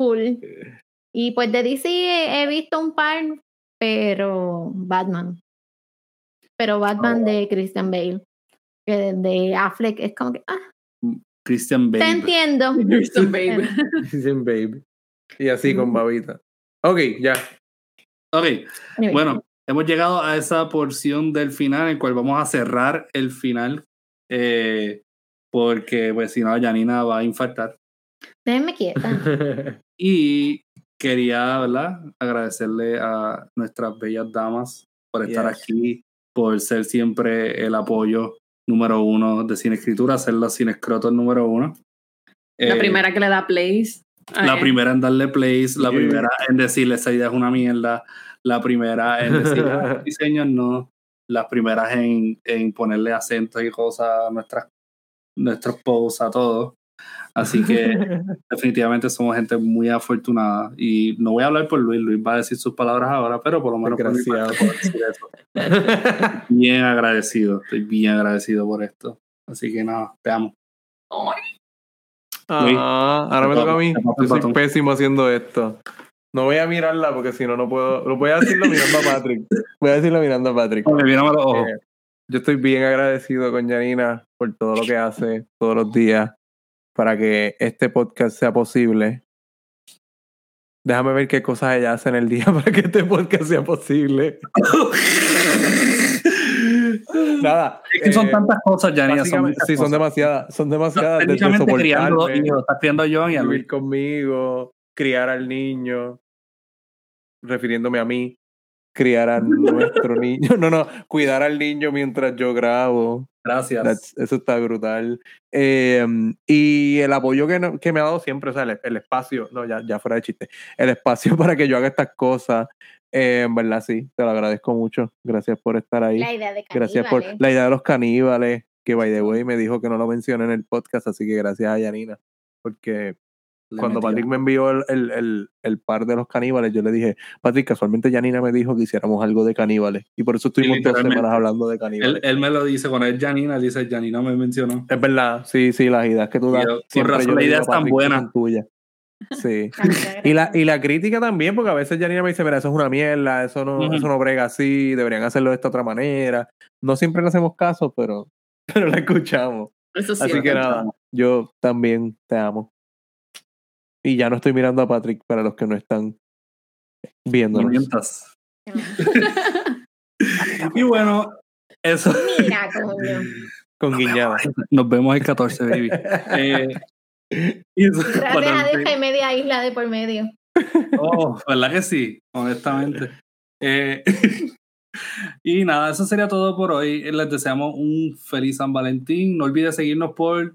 Speaker 2: full.
Speaker 4: Eh.
Speaker 2: Y pues de DC he, he visto un par, pero Batman. Pero
Speaker 4: Oh.
Speaker 2: Batman de Christian Bale. Que de Affleck es como que, ah,
Speaker 3: Christian
Speaker 2: te
Speaker 3: Bale.
Speaker 2: entiendo.
Speaker 1: Houston, baby.
Speaker 4: Dicen baby. Y así con babita. Ok, ya.
Speaker 3: Ok,
Speaker 2: Anyway,
Speaker 3: Bueno, hemos llegado a esa porción del final en cual vamos a cerrar el final. eh, porque, pues, si no, Janina va a infartar.
Speaker 2: déjenme quieta.
Speaker 3: Y quería, ¿verdad? Agradecerle a nuestras bellas damas por estar
Speaker 4: Yes.
Speaker 3: aquí, por ser siempre el apoyo número uno de Cine Escritura, ser la Cine Escroto número uno.
Speaker 1: La
Speaker 3: Eh,
Speaker 1: primera que le da plays. Ah, eh,
Speaker 3: La
Speaker 1: Ay,
Speaker 3: primera en darle plays, la
Speaker 4: Yeah.
Speaker 3: primera en decirle esa idea es una mierda, la primera en decirle "Ah, diseños no, las primeras en, en ponerle acentos y cosas a nuestras, nuestros posts, a todo. Así que definitivamente somos gente muy afortunada y no voy a hablar por Luis, Luis va a decir sus palabras ahora, pero por lo menos por mi parte
Speaker 4: Desgraciado.
Speaker 3: puedo decir eso. Bien agradecido, estoy bien agradecido por esto. Así que nada, te amo.
Speaker 4: Ah, ahora me toca a mí.
Speaker 3: Te paso
Speaker 4: Yo
Speaker 3: el
Speaker 4: soy
Speaker 3: batón.
Speaker 4: pésimo haciendo esto. No voy a mirarla porque si no, no puedo. Lo voy a decirlo mirando a Patrick. Voy a decirlo mirando a Patrick.
Speaker 3: Ok, mírame los ojos.
Speaker 4: Eh, yo estoy bien agradecido con Janina por todo lo que hace todos los días para que este podcast sea posible. Déjame ver qué cosas ella hace en el día para que este podcast sea posible. Nada.
Speaker 3: Es que son
Speaker 4: eh,
Speaker 3: tantas cosas, Janina. Son
Speaker 4: básicamente-
Speaker 3: muchas
Speaker 4: sí, son
Speaker 3: cosas.
Speaker 4: demasiadas. Son demasiadas. desde
Speaker 3: Técnicamente criando dos
Speaker 4: soportarme,
Speaker 3: hijos, estás criando a John y a Luis.
Speaker 4: vivir conmigo, criar al niño, refiriéndome a mí, criar a nuestro niño, no, no, cuidar al niño mientras yo grabo.
Speaker 3: Gracias.
Speaker 4: That's- eso está brutal. Eh, y el apoyo que, no- que me ha dado siempre, o sea, el, el espacio, no, ya, ya fuera de chiste, el espacio para que yo haga estas cosas, eh, en verdad sí, te lo agradezco mucho. Gracias por estar ahí.
Speaker 2: la idea de
Speaker 4: Gracias por
Speaker 2: caníbales.
Speaker 4: la idea de los caníbales, que by the way me dijo que no lo mencioné en el podcast, así que gracias a Yanina, porque
Speaker 3: Le
Speaker 4: cuando
Speaker 3: metió.
Speaker 4: Patrick me envió el, el, el- el par de los caníbales, yo le dije, Patrick, casualmente Yanina me dijo que hiciéramos algo de caníbales, y por eso estuvimos dos
Speaker 3: literalmente.
Speaker 4: semanas hablando de caníbales.
Speaker 3: Él, él me lo dice, cuando es Janina, él dice, Janina me mencionó.
Speaker 4: Es verdad, sí, sí, las ideas que tú
Speaker 3: Y
Speaker 4: das.
Speaker 3: yo, con
Speaker 4: siempre
Speaker 3: razón,
Speaker 4: yo
Speaker 3: la
Speaker 4: le
Speaker 3: idea
Speaker 4: digo a
Speaker 3: es tan
Speaker 4: Patrick que
Speaker 3: buena.
Speaker 4: son tuyas. Sí.
Speaker 2: Gracias,
Speaker 4: Y la,
Speaker 2: gracias.
Speaker 4: y la crítica también, porque a veces Janina me dice, mira, eso es una mierda, eso no,
Speaker 3: Ujú.
Speaker 4: eso no brega así, deberían hacerlo de esta otra manera. No siempre le hacemos caso, pero, pero la escuchamos.
Speaker 1: Eso sí.
Speaker 4: Así
Speaker 1: es
Speaker 4: que
Speaker 1: verdad.
Speaker 4: nada, yo también te amo. Y ya no estoy mirando a Patrick para los que no están
Speaker 3: No
Speaker 4: viéndonos.
Speaker 3: mientas. Y bueno, eso.
Speaker 2: Mira, coño.
Speaker 4: Con guiñada.
Speaker 3: Nos vemos el 14, baby. Eh, y eso-
Speaker 2: Gracias
Speaker 3: bueno,
Speaker 2: a Dios que hay media isla de por medio.
Speaker 3: Oh, ¿verdad que sí? Honestamente. Eh, y nada, eso sería todo por hoy. Eh, Les deseamos un feliz San Valentín. No olvides seguirnos por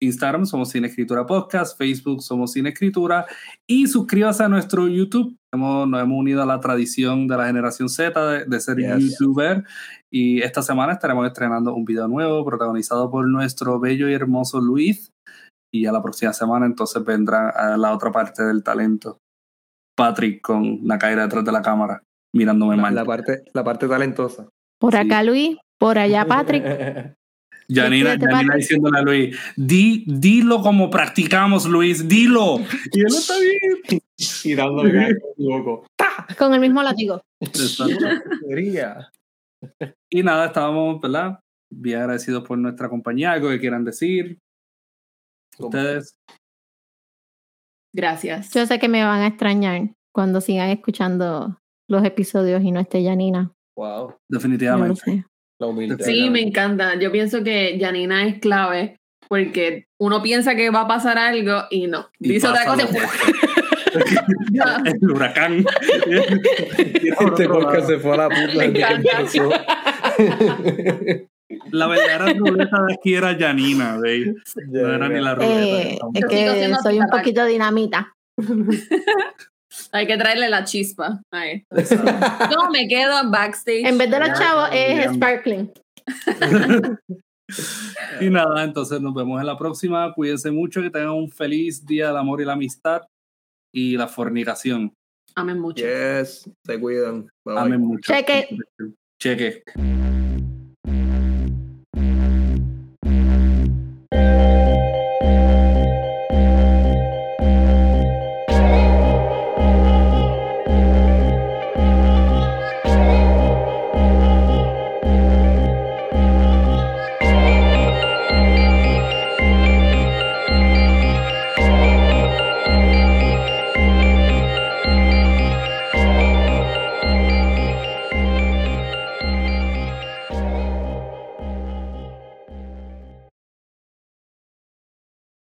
Speaker 3: Instagram, somos Sin Escritura Podcast, Facebook, somos Sin Escritura, y suscríbase a nuestro YouTube. Hemos- nos hemos unido a la tradición de la generación Z de, de ser
Speaker 4: Yes.
Speaker 3: youtuber. Y esta semana estaremos estrenando un video nuevo protagonizado por nuestro bello y hermoso Luis. Y a la próxima semana entonces vendrá a la otra parte del talento. Patrick con la caída detrás de la cámara, mirándome
Speaker 4: La,
Speaker 3: mal.
Speaker 4: la parte, la parte talentosa.
Speaker 2: Por
Speaker 3: Sí.
Speaker 2: acá Luis, por allá Patrick.
Speaker 3: Janina,
Speaker 2: Despídete,
Speaker 3: Janina
Speaker 2: Patrick.
Speaker 3: diciéndole a Luis, "Di- dilo como practicamos, Luis, dilo.
Speaker 4: y él está bien. Y dándole loco.
Speaker 2: Con el mismo látigo.
Speaker 4: Sería.
Speaker 3: y nada, estábamos, ¿verdad? Bien agradecidos por nuestra compañía, algo que quieran decir. Ustedes,
Speaker 1: Gracias.
Speaker 2: Yo sé que me van a extrañar cuando sigan escuchando los episodios y no esté Janina. Yo
Speaker 4: Wow,
Speaker 2: lo
Speaker 3: definitivamente.
Speaker 2: sé.
Speaker 4: la humildad.
Speaker 1: Sí, me encanta. Yo pienso que Janina es clave porque uno piensa que va a pasar algo y no.
Speaker 3: Y
Speaker 1: Dice otra
Speaker 3: pasa
Speaker 1: cosa.
Speaker 3: lo
Speaker 1: y-
Speaker 3: opuesto. El huracán.
Speaker 4: Este podcast se fue a la puta
Speaker 1: Me
Speaker 4: desde que
Speaker 1: encanta.
Speaker 4: empezó.
Speaker 3: La verdadera ruleta de aquí era Janina, güey. No era ni la
Speaker 2: Eh,
Speaker 3: ruleta.
Speaker 2: es
Speaker 1: Sigo
Speaker 2: que
Speaker 1: siendo
Speaker 2: soy un
Speaker 1: tita,
Speaker 2: poquito dinamita.
Speaker 1: Hay que traerle la chispa a esto. No, me quedo en backstage.
Speaker 2: En vez de los
Speaker 3: Ya,
Speaker 2: chavos
Speaker 3: ya, ya.
Speaker 2: es sparkling.
Speaker 3: Y nada, entonces nos vemos en la próxima. Cuídense mucho, que tengan un feliz día del amor y la amistad y la fornicación.
Speaker 1: Amen mucho.
Speaker 4: Yes, se cuidan. Bye, bye.
Speaker 3: Amen mucho.
Speaker 2: Cheque.
Speaker 3: Cheque.